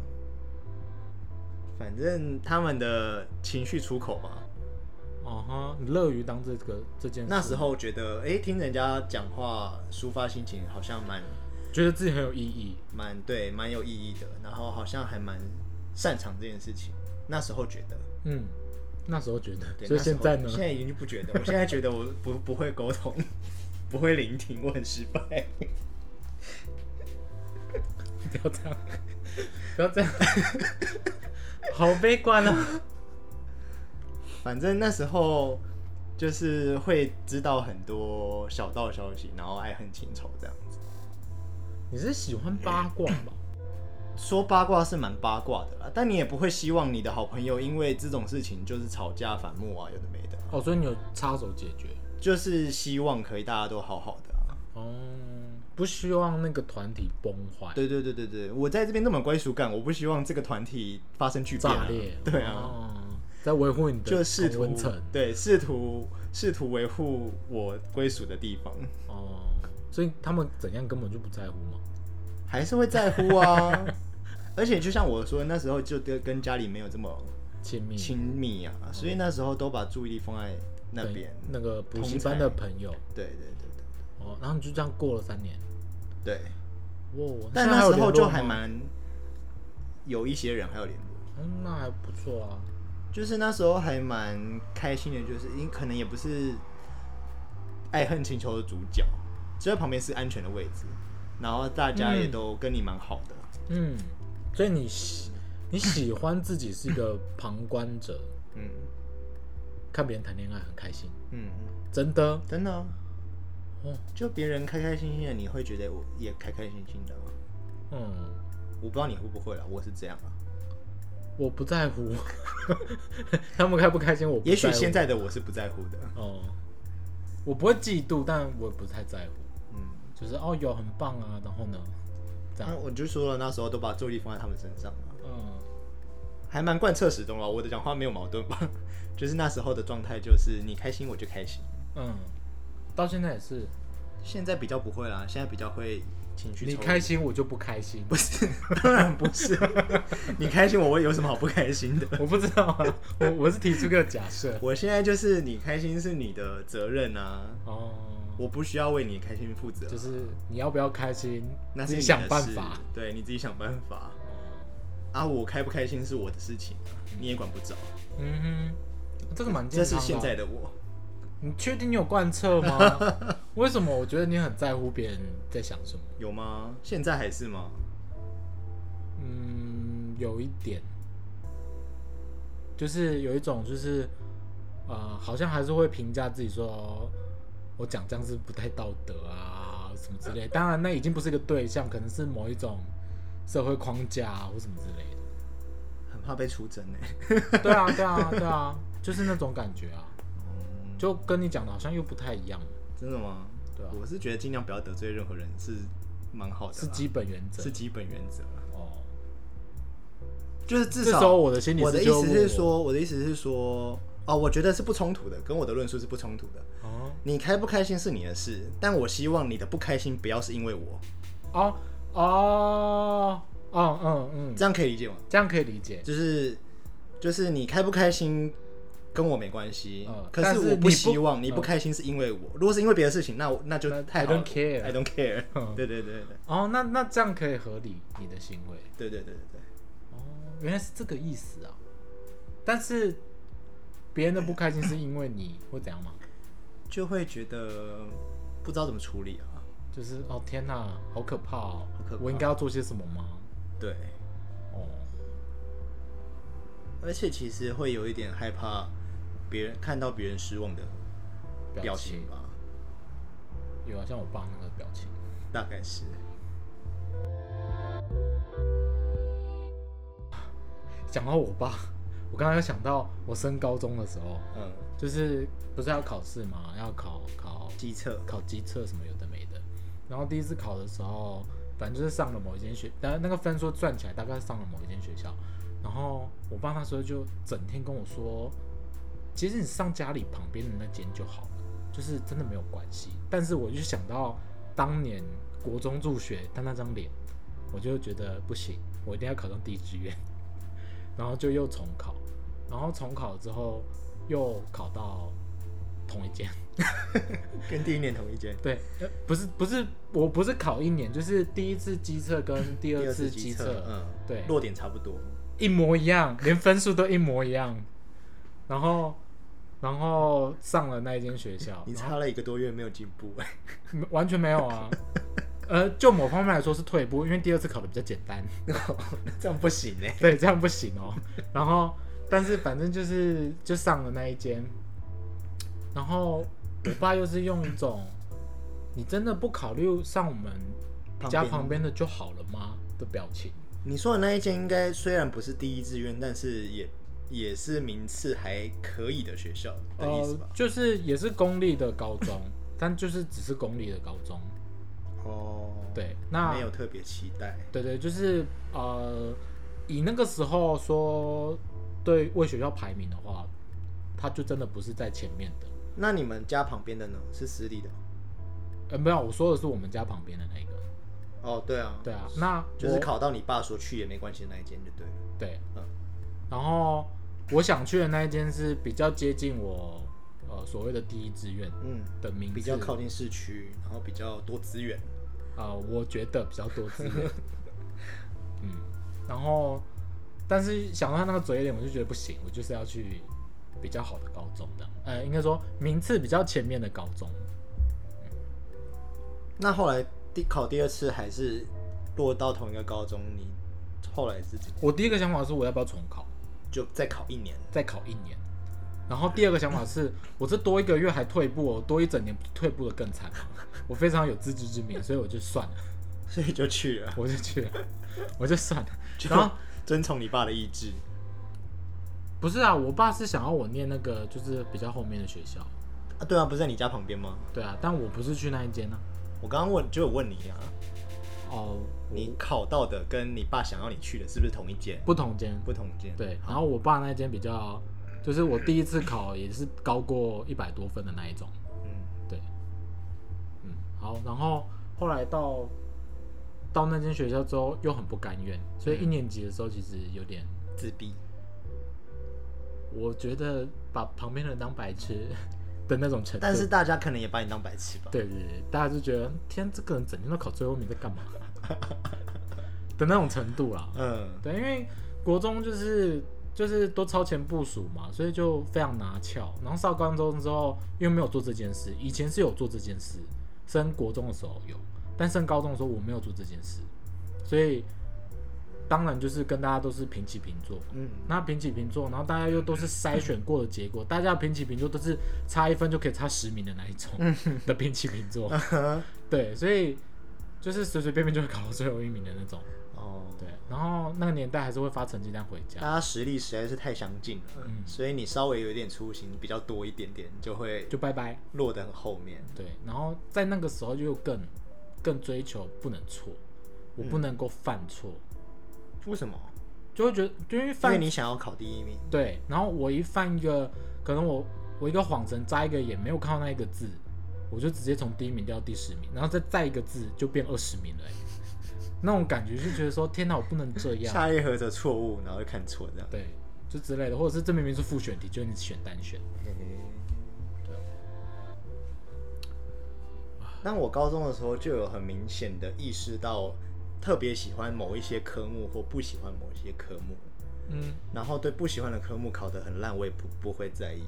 A: 反正他们的情绪出口吧。
B: 哦哈，你乐于当这个这件事。
A: 那时候觉得，哎、听人家讲话抒发心情，好像蛮
B: 觉得自己很有意义。
A: 蛮对，蛮有意义的。然后好像还蛮擅长这件事情。那时候觉得，
B: 嗯，那时候觉得，
A: 对，
B: 所以
A: 那时
B: 现
A: 候
B: 在呢？
A: 现在已经不觉得，我现在觉得我不不会沟通， [LAUGHS] 不会聆听，我很失败。
B: [LAUGHS] 不要这样， [LAUGHS] 不要这样，好悲观啊！
A: 反正那时候就是会知道很多小道消息，然后爱恨情仇这样子。
B: 你是喜欢八卦吧？
A: 嗯说八卦是蛮八卦的啦，但你也不会希望你的好朋友因为这种事情就是吵架反目啊，有的没的，
B: 哦，所以你有插手解决
A: 就是希望可以大家都好好的啊。
B: 哦，不希望那个团体崩坏、
A: 对对对对对，我在这边那么有归属感，我不希望这个团体发生巨变、
B: 炸
A: 啊。
B: 裂。
A: 对啊，
B: 哦，在维护你的
A: 就试
B: 同
A: 图
B: 温层。
A: 对试图试图维护我归属的地方，
B: 哦，所以他们怎样根本就不在乎吗？
A: 还是会在乎
B: [LAUGHS]
A: 啊。而且就像我说，那时候就跟跟家里没有这么
B: 亲密
A: 亲密啊，所以那时候都把注意力放在那边。
B: 嗯那个补习班的朋友
A: 对对对
B: 哦，然后你就这样过了三年。
A: 对对，
B: 哇，
A: 但
B: 现在还
A: 那
B: 有
A: 时候
B: 联
A: 就
B: 络
A: 还
B: 吗、
A: 蛮有一些人还有联络。
B: 嗯，那还不错啊。
A: 就是那时候还蛮开心的，就是因可能也不是爱恨情仇的主角，就在旁边是安全的位置，然后大家也都跟你蛮好的，
B: 嗯，所以你喜你喜欢自己是一个旁观者，
A: 嗯
B: 看别人谈恋爱很开心，
A: 嗯，
B: 真的
A: 真的啊、
B: 哦，
A: 就别人开开心心的，你会觉得我也开开心心的吗？
B: 嗯，
A: 我不知道你会不会啦，我是这样啊，
B: 我不在乎 [LAUGHS] 他们开不开心，我不
A: 也许
B: 在乎
A: 现在的我是不在乎的，
B: 哦，我不会嫉妒，但我也不太在乎，
A: 嗯，
B: 就是哦有很棒啊，然后呢，这
A: 那
B: 样，
A: 啊我就说了，那时候都把注意力放在他们身上了，
B: 嗯，
A: 还蛮贯彻始终啊，我的讲话没有矛盾吧？ [LAUGHS] 就是那时候的状态就是你开心我就开心。
B: 嗯，到现在也是，
A: 现在比较不会啦，现在比较会情绪。
B: 你开？心我就不开心， [LAUGHS]
A: 不是， [LAUGHS] 当然不是。 [LAUGHS] 你开心我，会有什么好不开心的？
B: 我不知道啊，我我是提出个假设，
A: 我现在就是你开心是你的责任啊，
B: 哦，
A: 我不需要为你开心负责，
B: 就是你要不要开心，
A: 那
B: 自
A: 是你
B: 己想
A: 的
B: 办
A: 事
B: 法。，
A: 对你自己想办法。啊，我开不开心是我的事情，你也管不着。
B: 嗯哼，这个蛮健
A: 这
B: 康的
A: 是
B: 啊。
A: 现在的我，
B: 你确定你有贯
A: [LAUGHS]
B: 彻吗？为什么我觉得你很在乎别人在想什么？
A: 有吗？现在还是吗？
B: 嗯，有一点，就是有一种就是，呃，好像还是会评价自己说，我讲这样是不太道德啊，什么之类。当然，那已经不是一个对象，可能是某一种社会框架、啊、或什么之类的。
A: 很怕被出征欸呢、
B: 对啊，对啊，对啊，就是那种感觉啊，
A: 嗯，
B: 就跟你讲的好像又不太一样，
A: 真的吗？
B: 对啊
A: 我是觉得尽量不要得罪任何人是蛮好的啦，
B: 是基本原则。啊
A: 是基本原则啦。
B: 哦，
A: 就是至
B: 这时
A: 少
B: 候我的心理
A: 我的
B: 师
A: 意
B: 就
A: 思
B: 问
A: 是
B: 我，
A: 说，我的意思是说，哦，我觉得是不冲突的，跟我的论述是不冲突的。
B: 哦
A: 你开不开心是你的事，但我希望你的不开心不要是因为我，
B: 哦哦哦嗯嗯，
A: 这样可以理解吗？
B: 这样可以理解。
A: 就是就是你开不开心跟我没关系，
B: 嗯
A: 可
B: 但是
A: 我
B: 你不
A: 希望你
B: 嗯
A: 不开心是因为我。如果是因为别的事情，那我那就
B: 那
A: 太
B: I
A: 好了
B: don't care
A: I don't care
B: 嗯
A: 对。对对对对
B: 哦，那那这样可以合理你的行为。
A: 对对对对。
B: 哦，原来是这个意思啊。但是别人的不开心是因为你会怎样
A: [LAUGHS]
B: 吗？
A: 就会觉得不知道怎么处理啊。
B: 就是哦天哪，好可怕哦！
A: 好可怕
B: 我应该要做些什么吗？
A: 对，
B: 哦，
A: 而且其实会有一点害怕别人看到别人失望的表情吧，
B: 有啊，像我爸那个表情。
A: 大概是。
B: 讲到我爸， [LAUGHS] 我刚刚有想到我升高中的时候，
A: 嗯，
B: 就是不是要考试嘛，要考考
A: 机测，
B: 考机测什么有的没的。然后第一次考的时候，反正就是上了某一间学，但那个分数算起来大概是上了某一间学校。然后我爸那时候就整天跟我说，其实你上家里旁边的那间就好了，就是真的没有关系。但是我就想到当年国中入学他那张脸，我就觉得不行，我一定要考上第一志愿， [LAUGHS] 然后就又重考，然后重考之后又考到同一间。
A: 跟第一年同一间。
B: 对，呃，不是不是，我不是考一年，就是第一次机测跟第二次机测，
A: 嗯，
B: 对，
A: 落点差不多。
B: 一模一样，连分数都一模一样。然后，然后上了那一间学校，
A: 你
B: 然
A: 差了一个多月没有进步，
B: 后完全没有 [LAUGHS] 啊。呃，就某方面来说是退步，因为第二次考的比较简单。 [LAUGHS]
A: 这样不行呢。
B: 对，这样不行哦。然后，但是反正就是就上了那一间，然后我爸又是用一种，你真的不考虑上我们家旁边的就好了吗的表情。
A: 你说的那一间应该虽然不是第一志愿，但是也也是名次还可以的学校的意思
B: 呃
A: 吧？，
B: 就是也是公立的高中，但就是只是公立的高中。
A: 哦，，
B: 对，那
A: 没有特别期待。
B: 对对，就是呃，以那个时候说对为学校排名的话，他就真的不是在前面的。
A: 那你们家旁边的呢？是私立的？
B: 呃，没有，我说的是我们家旁边的那一个。
A: 哦，对啊，
B: 对啊，那
A: 就是
B: 我
A: 考到你爸说去也没关系的那一间就对了。
B: 对，
A: 嗯
B: 然后我想去的那一间是比较接近我呃所谓的第一志愿
A: 嗯，
B: 的名字，
A: 比较靠近市区，然后比较多资源。
B: 啊、我觉得比较多资
A: [LAUGHS]
B: 源。嗯，然后但是想到他那个嘴脸，我就觉得不行，我就是要去比较好的高中的，呃，应该说名次比较前面的高中。
A: 那后来第考第二次还是落到同一个高中，你后来自己
B: 我第一个想法是我要不要重考，
A: 就再考一年。
B: 再考一年。然后第二个想法是，我这多一个月还退步、哦，多一整年不退步的更惨吗。我非常有自知之明，所以我就算了，
A: 所以就去了，
B: 我就去了， [LAUGHS] 我就算了。
A: 就
B: 然后
A: [LAUGHS] 遵从你爸的意志。
B: 不是啊，我爸是想要我念那个就是比较后面的学校，
A: 啊，对啊，不是在你家旁边吗？
B: 对啊，但我不是去那一间呢、啊
A: 我刚刚问就有问你啊，
B: 哦，
A: 你考到的跟你爸想要你去的是不是同一间？
B: 不同间，
A: 不同间。
B: 对。然后我爸那间比较，就是我第一次考也是高过一百多分的那一种，
A: 嗯，
B: 对，嗯，好。然后后来到到那间学校之后又很不甘愿，所以一年级的时候其实有点，
A: 自闭。
B: 我觉得把旁边的人当白痴的那种程度。
A: 但是大家可能也把你当白痴吧？
B: 对对对，大家就觉得天，这个人整天都考最后面在干嘛的那种程度啦。
A: 嗯，
B: 对，因为国中就是就是都超前部署嘛，所以就非常拿翘。然后上高中之后，因为没有做这件事，以前是有做这件事，升国中的时候有，但升高中的时候我没有做这件事，所以当然就是跟大家都是平起平坐。
A: 嗯，
B: 那平起平坐，然后大家又都是筛选过的结果，大家的平起平坐都是差一分就可以差十名的那一种的平起平坐。 [LAUGHS] 对，所以就是随随便便就会考到最后一名的那种。
A: 哦，
B: 对，然后那个年代还是会发成绩单回家，
A: 大家实力实在是太相近了，
B: 嗯
A: 所以你稍微有一点粗心比较多一点点，你就会
B: 就拜拜。
A: 落得很后面。
B: 对，然后在那个时候就又更更追求不能错，我
A: 嗯
B: 不能够犯错，
A: 为什么？
B: 就会觉得就因为
A: 因
B: 犯
A: 为你想要考第一名。
B: 对，然后我一犯一个，可能我我一个晃神扎一个也没有看到那一个字，我就直接从第一名掉到第十名，然后再再一个字就变二十名了欸、 [LAUGHS] 那种感觉就觉得说天哪，我不能这样，
A: 下列合着错误，然后就看错这样。
B: 对，就之类的，或者是这明明是复选题，就你选单选，嗯
A: 但我高中的时候就有很明显的意识到，特别喜欢某一些科目或不喜欢某一些科目，
B: 嗯，
A: 然后对不喜欢的科目考得很烂，我也不不会在意。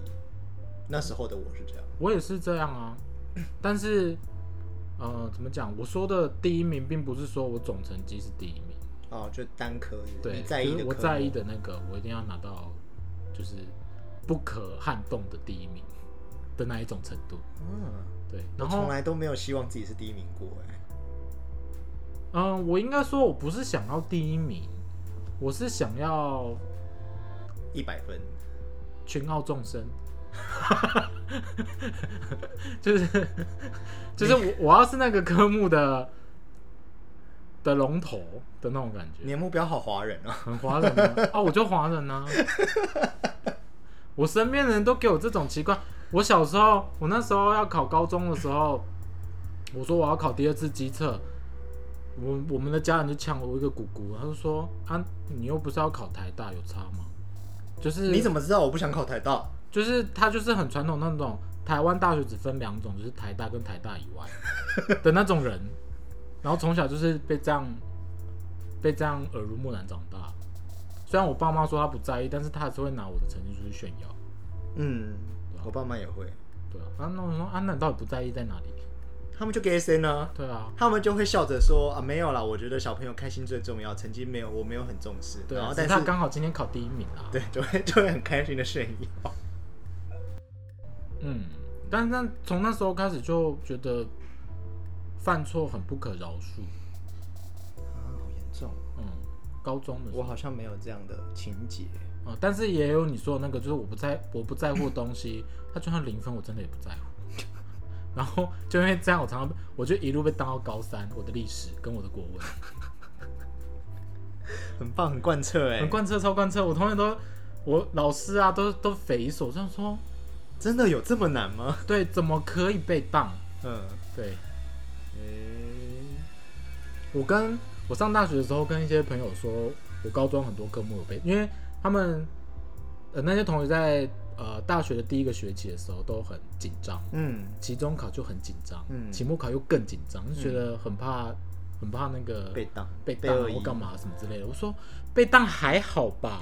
A: 那时候的我是这样，
B: 我也是这样啊， [COUGHS] 但是，呃，怎么讲？我说的第一名，并不是说我总成绩是第一名，
A: 哦，就单科
B: 对，
A: 你在意
B: 就
A: 的
B: 是
A: 科
B: 我
A: 目，
B: 在意的那个，我一定要拿到，就是不可撼动的第一名的那一种程度。
A: 嗯，
B: 对，
A: 我
B: 然
A: 从
B: 后，
A: 来都没有希望自己是第一名过哎。
B: 嗯、我应该说，我不是想要第一名，我是想要
A: 一百分，
B: 群傲众生。 [LAUGHS] 就是就是我我要是那个科目的的龙头的那种感觉，
A: 你的目标好华人啊！
B: 很华人啊，啊我就华人啊。我身边的人都给我这种奇怪。我小时候，我那时候要考高中的时候，我说我要考第二次机测，我我们的家人就呛我一个姑姑，他就说啊，你又不是要考台大，有差吗？就是
A: 你怎么知道我不想考台大？
B: 就是他就是很传统那种台湾大学只分两种，就是台大跟台大 [LAUGHS] 以外的那种人，然后从小就是被这样被这样耳濡目染长大。虽然我爸妈说他不在意，但是他还是会拿我的成绩出去炫耀，
A: 嗯，我爸妈也会。
B: 对啊。啊，那我说啊，那你到底不在意在哪里？
A: 他们就给 S N 啊，
B: 对啊，
A: 他们就会笑着说啊，没有啦，我觉得小朋友开心最重要，成绩没有我没有很重视，
B: 对
A: 然
B: 啊
A: 后，
B: 只
A: 但
B: 是
A: 是
B: 他刚好今天考第一名啊。
A: [LAUGHS] 对就会就会很开心的炫耀。
B: 嗯，但但从那时候开始就觉得犯错很不可饶恕。
A: 啊，好严重！
B: 嗯，高中的时
A: 我
B: 候，
A: 好像没有这样的情节。
B: 嗯，但是也有你说的那个，就是我不在我不在乎的东西，他就算零分我真的也不在乎。 [LAUGHS] 然后就因为这样，我常常被我就一路被当到高三，我的历史跟我的国文。
A: 很棒，很贯彻哎、
B: 很贯彻超贯彻，我同学都我老师啊都都匪夷所思，他说
A: 真的有这么难吗？
B: 对，怎么可以被当？
A: 嗯，
B: 对
A: 诶
B: 我跟我上大学的时候跟一些朋友说，我高中很多科目有被，因为他们呃那些同学在呃大学的第一个学期的时候都很紧张，
A: 嗯，
B: 期中考就很紧张，
A: 嗯
B: 期末考又更紧张，就觉得很怕很怕那个
A: 被当
B: 被
A: 被
B: 当
A: 恶
B: 或
A: 意
B: 干嘛什么之类的。我说被当还好
A: [LAUGHS]
B: 吧，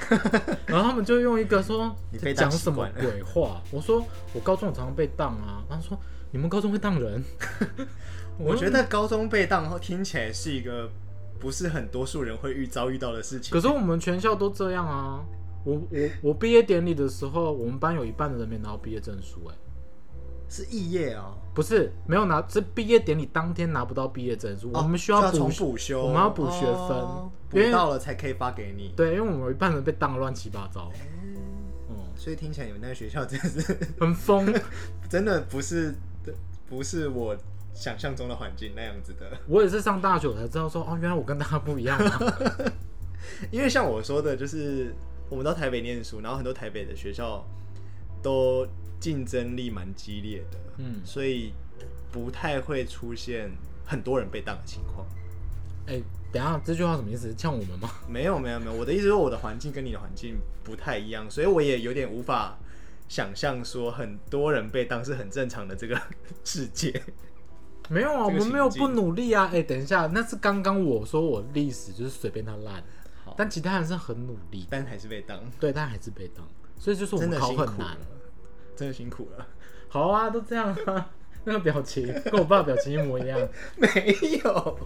B: 然后他们就用一个说
A: 你
B: 在
A: 被
B: 讲
A: 当
B: 什
A: 习
B: 么
A: 惯了
B: 鬼话。我说我高中我常常被当啊，然后说你们高中会
A: [LAUGHS]
B: 当人？
A: 我觉，得高中被当后听起来是一个不是很多数人会遇遭遇到的事情
B: 可。是我们全校都这样啊。我我我毕业典礼的时候，我们班有一半的人没拿到毕业证书、哎，
A: 是肄业哦，
B: 不是没有拿，是毕业典礼当天拿不到毕业证书，我们需要
A: 哦就
B: 补
A: 重补修，
B: 我们要补学分
A: 哦补
B: 因为
A: 到了才可以发给你。
B: 对，因为我们有一半人被当得乱七八糟，嗯，
A: 所以听起来你们那个学校真的是 [LAUGHS]
B: 很疯。
A: 真的不是不是我想象中的环境那样子的。
B: 我也是上大学我才知道说，哦，原来我跟大家不一样啊。
A: 因为像我说的，就是我们到台北念书，然后很多台北的学校都竞争力蛮激烈的，
B: 嗯
A: 所以不太会出现很多人被当的情况。
B: [LAUGHS] 哎、等一下这句话什么意思？呛我们吗？
A: 没有没有没有，我的意思是我的环境跟你的环境不太一样，所以我也有点无法想象说很多人被当是很正常的这个 [LAUGHS] 世界。
B: 没有啊，我
A: 这个
B: 们没有
A: 情
B: 不
A: 境
B: 努力啊。哎、等一下，那是刚刚我说我历史就是随便他烂
A: 好，
B: 但其他人是很努力，
A: 但还是被当，
B: 对，但还是被当，所以就是我
A: 真
B: 们
A: 的
B: 考
A: 辛
B: 很
A: 苦
B: 难
A: 了。，真的辛苦了。 [LAUGHS]
B: 好啊，都这样啊， [LAUGHS] 那个表情跟我爸表情一模一样。
A: 没有，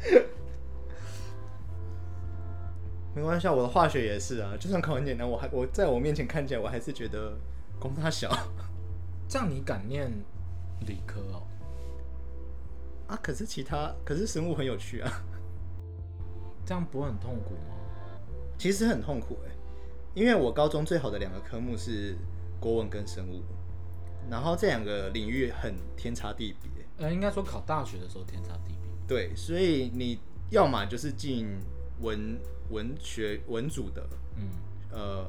A: [LAUGHS] 没关系啊，我的化学也是啊，就算考很简单，我还我在我面前看起来，我还是觉得功它小 [LAUGHS]
B: 这样你敢念理科哦？
A: 啊。可是其他，可是生物很有趣啊，
B: 这样不会很痛苦吗？
A: 其实很痛苦哎、因为我高中最好的两个科目是国文跟生物，然后这两个领域很天差地别。
B: 呃，应该说考大学的时候天差地别。
A: 对，所以你要么就是进文文学文组的，
B: 嗯，
A: 呃，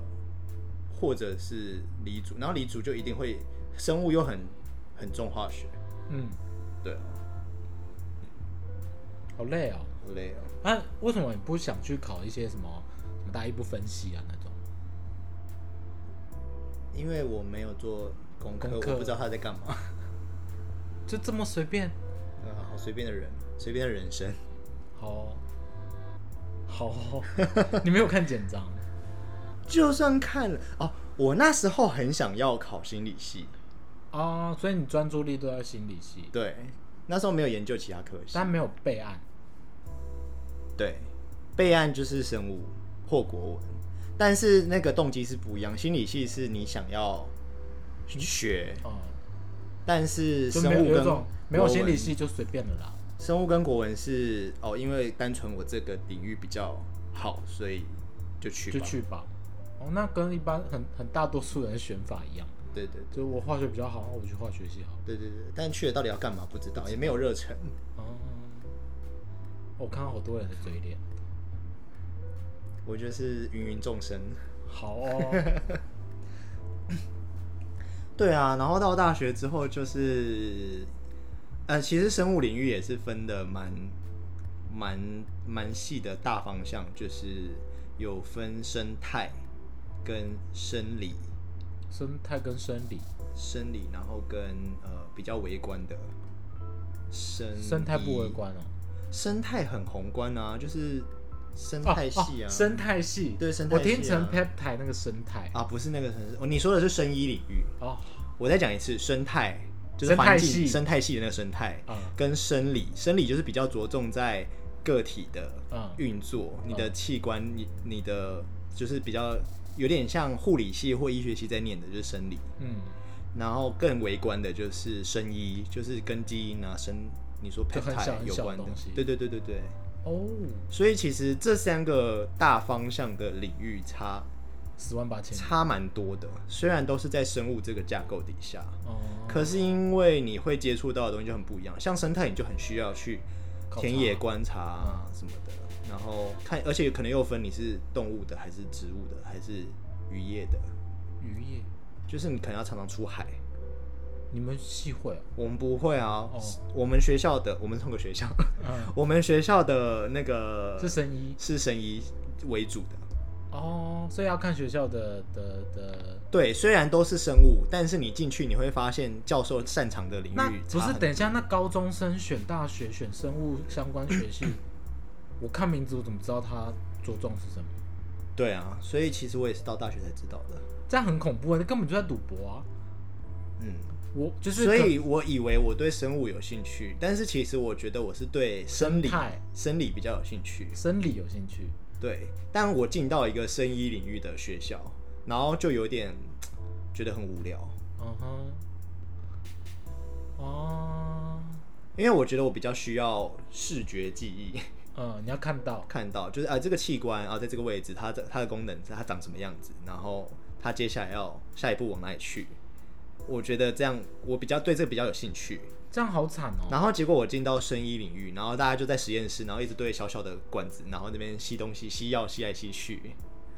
A: 或者是理组，然后理组就一定会生物又很很重化学，
B: 嗯，
A: 对啊，
B: 好累哦。
A: 好累哦。
B: 那、为什么你不想去考一些什么什么大一不分析啊那种？
A: 因为我没有做功课，
B: 功课
A: 我不知道他在干嘛。 [LAUGHS]
B: 就这么随便？
A: 嗯，好随便的人，随便的人生。
B: 好哦、 [LAUGHS] 好哦、 [LAUGHS] 你没有看简章？
A: 就算看了哦，我那时候很想要考心理系，
B: 啊、所以你专注力都在心理系，
A: 对，那时候没有研究其他科系
B: 但，没有备案。
A: 对，备案就是生物或国文，但是那个动机是不一样。心理系是你想要学，
B: 哦、
A: 但是
B: 就
A: 生
B: 没有
A: 物
B: 有一
A: 跟
B: 种没有
A: 国
B: 心理
A: 文
B: 系就随便了啦。
A: 生物跟国文是哦，因为单纯我这个领域比较好，所以就去吧
B: 就。去吧。哦，那跟一般很很大多数人的选法一样，
A: 对对
B: 就是我化学比较好，我去化学系好。
A: 对对对，但去了到底要干嘛不知道，也没有热忱。
B: 哦，我看到好多人的嘴脸，
A: 我就是芸芸众生。
B: 好 [LAUGHS] 哦，
A: 对啊，然后到大学之后就是，呃，其实生物领域也是分的蛮蛮蛮细的大方向，就是有分生态跟生理。
B: 生态跟生理，
A: 生理，然后跟呃比较微观的生
B: 生态不为
A: 医
B: 观哦，
A: 生态很宏观啊，就是生态系啊，
B: 哦哦生态系，
A: 对生态
B: 我
A: 系啊
B: 听成 peptide 那个生态
A: 啊不是那个城市，哦，你说的是生医领域，
B: 哦，
A: 我再讲一次，生态就是环
B: 生态系
A: 境生态系的那个生态，
B: 嗯
A: 跟生理，生理就是比较着重在个体的
B: 嗯
A: 运作，你的器官，你你的就是比较有点像护理系或医学系在念的，就是生理。
B: 嗯，
A: 然后更微观的就是生医，就是跟基因啊、生你说
B: 就很小
A: peptide
B: 很
A: 有
B: 小的
A: 关的
B: 东西，
A: 对对对对对。
B: 哦，
A: 所以其实这三个大方向的领域差
B: 十万八千，
A: 差蛮多的，虽然都是在生物这个架构底下，
B: 哦，
A: 可是因为你会接触到的东西就很不一样，像生态你就很需要去
B: 考察嗯
A: 田野观察啊什么的，然后看，而且可能又分你是动物的还是植物的还是渔业的，
B: 渔业，
A: 就是你可能要常常出海。
B: 你们系会啊？
A: 我们不会啊，
B: 哦
A: 我们学校的，我们同个学校，
B: 嗯，
A: [LAUGHS] 我们学校的那个
B: 是生医
A: 是神医为主的。
B: 哦，所以要看学校的的的。
A: 对，虽然都是生物，但是你进去你会发现教授擅长的领
B: 那
A: 域
B: 不
A: 差
B: 是？
A: 很
B: 等一下，那高中生选大学选生物相关
A: [COUGHS]
B: 学系，我看名字我怎么知道他着重是什么？
A: 对啊，所以其实我也是到大学才知道的。
B: 这样很恐怖啊！那根本就在赌博啊！
A: 嗯，
B: 我就是
A: 所
B: 可
A: 以我以为我对生物有兴趣，但是其实我觉得我是对生理
B: 生态
A: 生理比较有兴趣。
B: 生理有兴趣，
A: 对，但我进到一个生医领域的学校，然后就有点觉得很无聊，
B: 嗯哼，哦，
A: 因为我觉得我比较需要视觉记忆。
B: 嗯，你要看到，
A: 看到，就是啊，这个器官啊，在这个位置，它的它的功能，它长什么样子，然后它接下来要下一步往哪里去。我觉得这样，我比较对这个比较有兴趣。
B: 这样好惨哦。
A: 然后结果我进到生医领域，然后大家就在实验室，然后一直对小小的管子，然后那边吸东西、吸药、吸来吸去。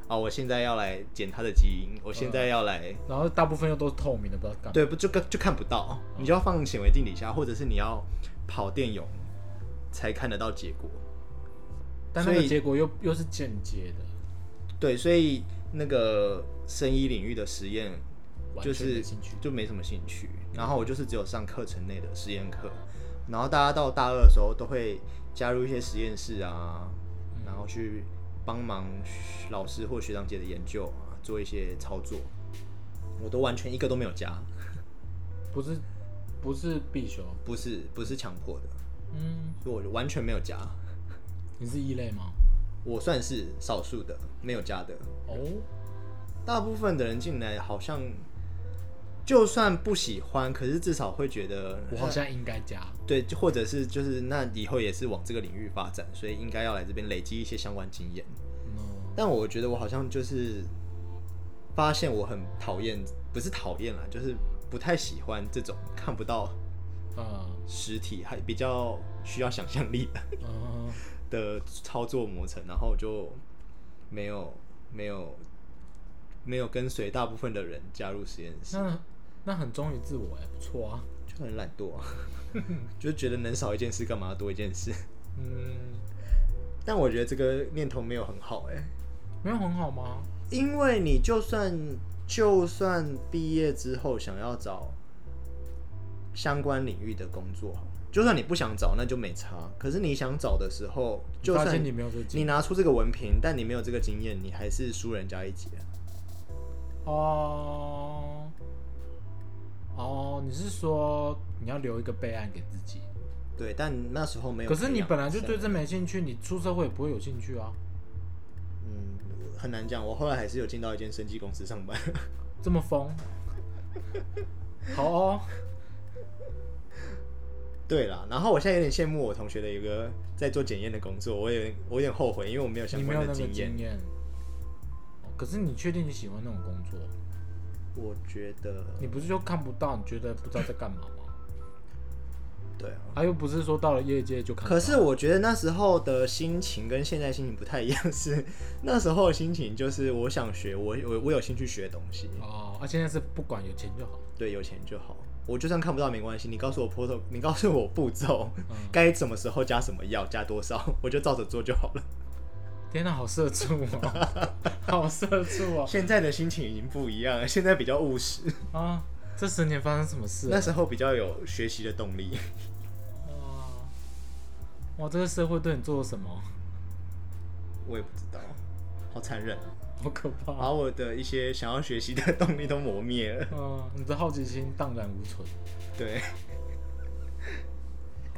A: 啊，我现在要来捡它的基因，我现在要来，
B: 然后大部分又都是透明的，不知道干嘛。
A: 对，不就就看不到，你就要放显微镜底下，或者是你要跑电泳才看得到结果。
B: 但那
A: 所
B: 个
A: 以
B: 结果又又是间接的，
A: 对，所以那个生医领域的实验
B: 完
A: 就
B: 全
A: 是
B: 没兴趣
A: 就没什么兴趣。然后我就是只有上课程内的实验课，然后大家到大二的时候都会加入一些实验室啊，
B: 嗯
A: 然后去帮忙老师或学长姐的研究啊，做一些操作。我都完全一个都没有加，
B: 不是不是必修。
A: 不是不是强迫的，
B: 嗯，
A: 所以我就完全没有加。
B: 你是异类吗？
A: 我算是少数的没有加的，
B: 哦，
A: 大部分的人进来好像，就算不喜欢，可是至少会觉得
B: 我好像应该加。
A: 对，就或者是就是那以后也是往这个领域发展，所以应该要来这边累积一些相关经验。
B: 嗯，
A: 但我觉得我好像就是发现我很讨厌，不是讨厌啦，就是不太喜欢这种看不到
B: 呃，
A: 实体，还比较需要想象力的 [LAUGHS]
B: [LAUGHS] 嗯，
A: 的操作磨成，然后就没有没有没有跟随大部分的人加入实验室。
B: 那那很忠于自我哎，不错啊。
A: 就很懒惰、啊， [LAUGHS] 就觉得能少一件事干嘛多一件事。
B: 嗯，
A: 但我觉得这个念头没有很好哎、
B: 没有很好吗？
A: 因为你就算就算毕业之后想要找相关领域的工作，就算你不想找那就没差。可是你想找的时候，就
B: 发现
A: 算
B: 你没有这个经
A: 你拿出这个文凭，但你没有这个经验，你还是输人家一截。啊
B: 哦哦，你是说你要留一个备案给自己？
A: 对，但那时候没有
B: 可
A: 培养
B: 是
A: 生。
B: 你本来就对这没兴趣，你出社会也不会有兴趣啊，
A: 嗯很难讲。我后来还是有进到一间生技公司上班。 [LAUGHS]
B: 这么疯。好哦，
A: 对啦，然后我现在有点羡慕我同学的一个在做检验的工作，我有点我有点后悔，因为我没有
B: 你
A: 相
B: 没有
A: 关的
B: 那个
A: 经验。
B: 经验。哦可是你确定你喜欢那种工作？
A: 我觉得，
B: 你不是就看不到，你觉得不知道在干嘛
A: [LAUGHS]
B: 吗？
A: 对啊。
B: 他又不是说到了业界就看不到。
A: 可是我觉得那时候的心情跟现在心情不太一样，是 [LAUGHS] 那时候的心情就是我想学，我我我有兴趣学东西，
B: 哦，啊，现在是不管有钱就好。
A: 对，有钱就好。我就算看不到没关系，你告诉我 p r [LAUGHS] 你告诉我步骤
B: 嗯，
A: 该什么时候加什么药，加多少， [LAUGHS] 我就照着做就好了。
B: 天哪，好社畜
A: [LAUGHS]
B: 哦，好社畜哦！
A: 现在的心情已经不一样了，现在比较务实，
B: 啊，这十年发生什么事
A: 那
B: 啊？
A: 时候比较有学习的动力。
B: 哇，哇，这个社会对你做了什么？ [LAUGHS]
A: 我也不知道，好残忍，
B: 好可怕。
A: 把我的一些想要学习的动力都磨灭了。
B: 嗯，你的好奇心荡然无存。
A: 对， [LAUGHS]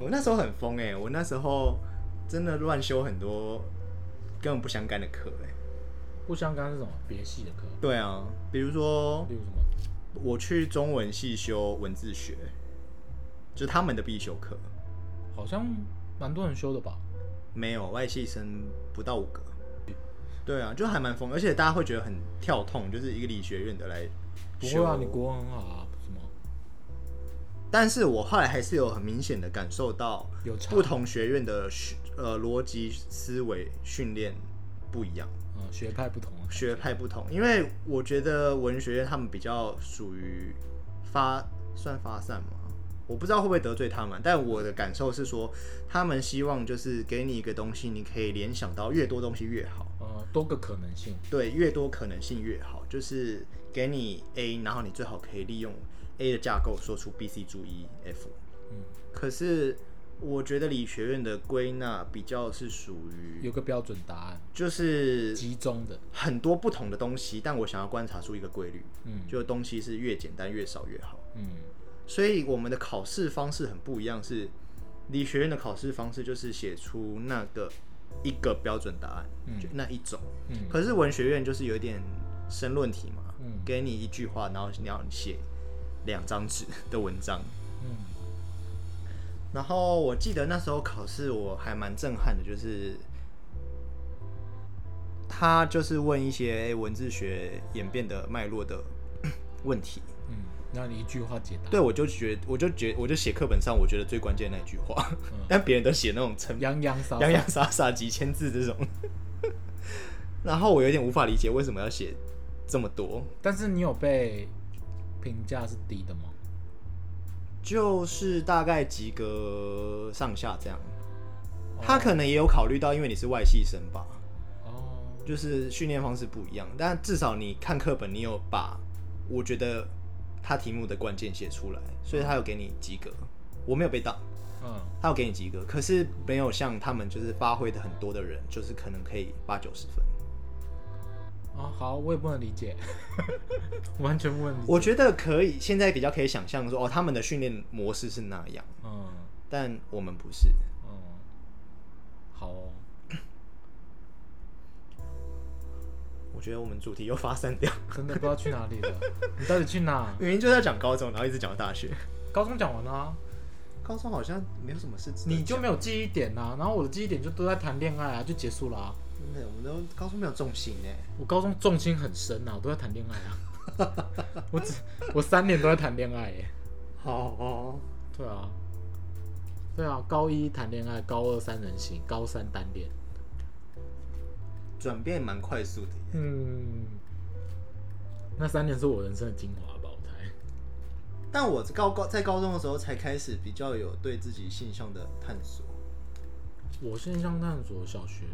A: 我那时候很疯哎、我那时候真的乱修很多根本不相干的课哎、
B: 不相干是什么？别系的课，
A: 对啊，比如说
B: 例如什么？
A: 我去中文系修文字学，就是他们的必修课，
B: 好像蛮多人修的吧？
A: 没有外系生不到五个。对啊，就还蛮疯，而且大家会觉得很跳痛，就是一个理学院的来
B: 不
A: 修。
B: 会啊，你国文很好啊，不是吗？
A: 但是我后来还是有很明显的感受到，
B: 有差
A: 不同学院的学呃逻辑思维训练不一样，
B: 嗯，学派不同啊。
A: 学派不同。因为我觉得文学院他们比较属于发算发散嘛，我不知道会不会得罪他们，但我的感受是说，他们希望就是给你一个东西，你可以联想到越多东西越好，
B: 呃，多个可能性。
A: 对，越多可能性越好。就是给你 A，然后你最好可以利用 A 的架构说出 B、C、注 E、F。
B: 嗯，
A: 可是我觉得理学院的归纳比较是属于，
B: 有个标准答案，
A: 就是
B: 集中的。
A: 很多不同的东西，但我想要观察出一个规律，
B: 嗯
A: 就东西是越简单越少越好。
B: 嗯，
A: 所以我们的考试方式很不一样，是理学院的考试方式就是写出那个一个标准答案，
B: 嗯
A: 就那一种。
B: 嗯
A: 可是文学院就是有一点申论题嘛，
B: 嗯
A: 给你一句话，然后你要写两张纸的文章。
B: 嗯
A: 然后我记得那时候考试我还蛮震撼的，就是他就是问一些哎文字学演变的脉络的 [COUGHS] 问题，
B: 嗯，那你一句话解答。
A: 对我就觉我就觉我就写课本上我觉得最关键的那句话， [LAUGHS]
B: 嗯
A: 但别人都写那种成
B: 洋洋洒洒
A: 洋洋洒洒几千字这种， [LAUGHS] 然后我有点无法理解为什么要写这么多，
B: 但是你有被评价是低的吗？
A: 就是大概及格上下这样。他可能也有考虑到，因为你是外系生吧。
B: 哦，
A: 就是训练方式不一样，但至少你看课本，你有把我觉得他题目的关键写出来，所以他有给你及格。我没有被当，
B: 嗯
A: 他有给你及格，可是没有像他们就是发挥的很多的人，就是可能可以八九十分。
B: 啊，好，我也不能理解， [LAUGHS] 完全不能理解。
A: 我觉得可以，现在比较可以想象说，哦，他们的训练模式是那样，
B: 嗯
A: 但我们不是。
B: 嗯，好哦，
A: 我觉得我们主题又发散掉，
B: 真的不知道去哪里了。你到底去哪？
A: 明明就在讲高中，然后一直讲到大学。
B: 高中讲完啦、
A: 高中好像没有什么事值得
B: 你就
A: 讲
B: 没有记忆点呐、然后我的记忆点就都在谈恋爱啊，就结束了、啊。
A: 真的，我们都高中没有重心哎。
B: 我高中重心很深呐、我都在谈恋爱啊。 [LAUGHS] 我只我三年都在谈恋爱耶。
A: 好哦。
B: 对啊，对啊，高一谈恋爱，高二三人行，高三单恋。
A: 转变蛮快速的耶。
B: 嗯，那三年是我人生的精华吧，我猜。
A: 但我高高在高中的时候才开始比较有对自己性向的探索。
B: 我现象探索小学，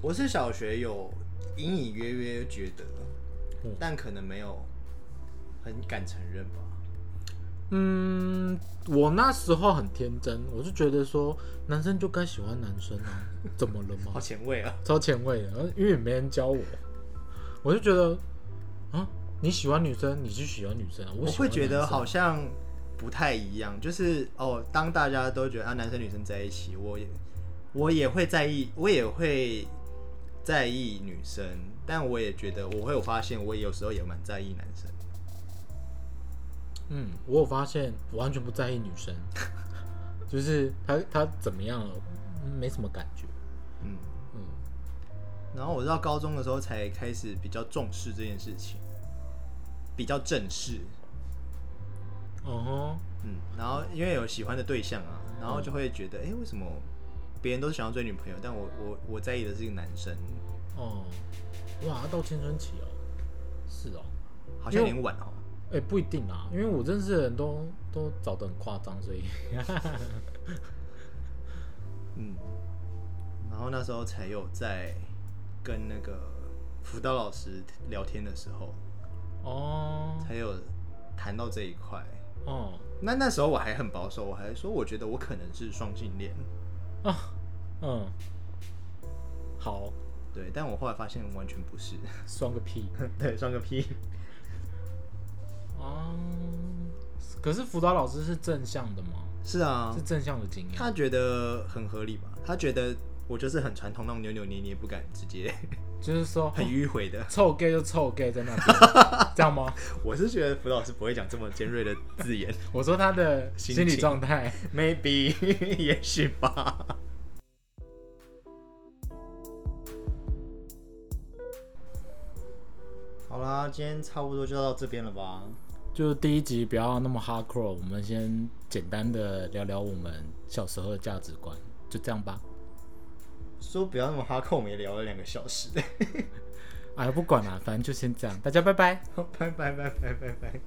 A: 我是小学有隐隐约约觉得，
B: 嗯
A: 但可能没有很敢承认吧。
B: 嗯，我那时候很天真，我就觉得说男生就该喜欢男生啊， [LAUGHS] 怎么了吗
A: 好？前卫啊！
B: 超前卫的，因为也没人教我，我就觉得啊，你喜欢女生，你去喜欢女生啊，
A: 我
B: 喜
A: 会
B: 欢
A: 觉得
B: 男生
A: 好像不太一样，就是哦，当大家都觉得啊男生女生在一起，我也我也会在意，我也会在意女生，但我也觉得我会有发现，我也有时候也蛮在意男生。
B: 嗯，我有发现，我完全不在意女生， [LAUGHS] 就是她她怎么样了，嗯没什么感觉。
A: 嗯，
B: 嗯，
A: 然后我到高中的时候才开始比较重视这件事情，比较正式。
B: 哦、
A: 嗯，然后因为有喜欢的对象啊，然后就会觉得，哎、为什么别人都想要追女朋友，但我我我在意的是一个男生，
B: 哦，哇，到青春期哦，是哦，
A: 好像有点晚哦。
B: 哎、不一定啦，因为我认识的人都都找的很夸张，所以
A: 嗯，然后那时候才有在跟那个辅导老师聊天的时候，
B: 哦
A: 才有谈到这一块。
B: 哦
A: 那那时候我还很保守，我还说我觉得我可能是双性恋。
B: 啊嗯，好，
A: 对，但我后来发现完全不是，
B: 双个屁
A: [LAUGHS] 对，装个 [LAUGHS] 屁。
B: 啊！可是辅导老师是正向的吗？
A: 是啊
B: 是，正向的经验
A: 他觉得很合理吧？他觉得我就是很传统那种扭扭捏捏，不敢直接 [LAUGHS]
B: 就是说哦
A: 很迂回的。
B: 臭 gay 就臭 gay 在那边，这样吗？
A: [LAUGHS] 我是觉得辅导老师不会讲这么尖锐的字眼
B: 我说他的
A: 心
B: 心理
A: 情
B: 状态，
A: ，maybe [LAUGHS] 也许吧。好啦，今天差不多就到这边了吧？
B: 就是第一集不要那么 hardcore，我们先简单的聊聊我们小时候的价值观，就这样吧。
A: 说不要那么哈扣，我们也聊了两个小时。 [LAUGHS]
B: 哎，不管了，反正就先这样，大家拜拜。
A: 拜拜拜拜拜拜。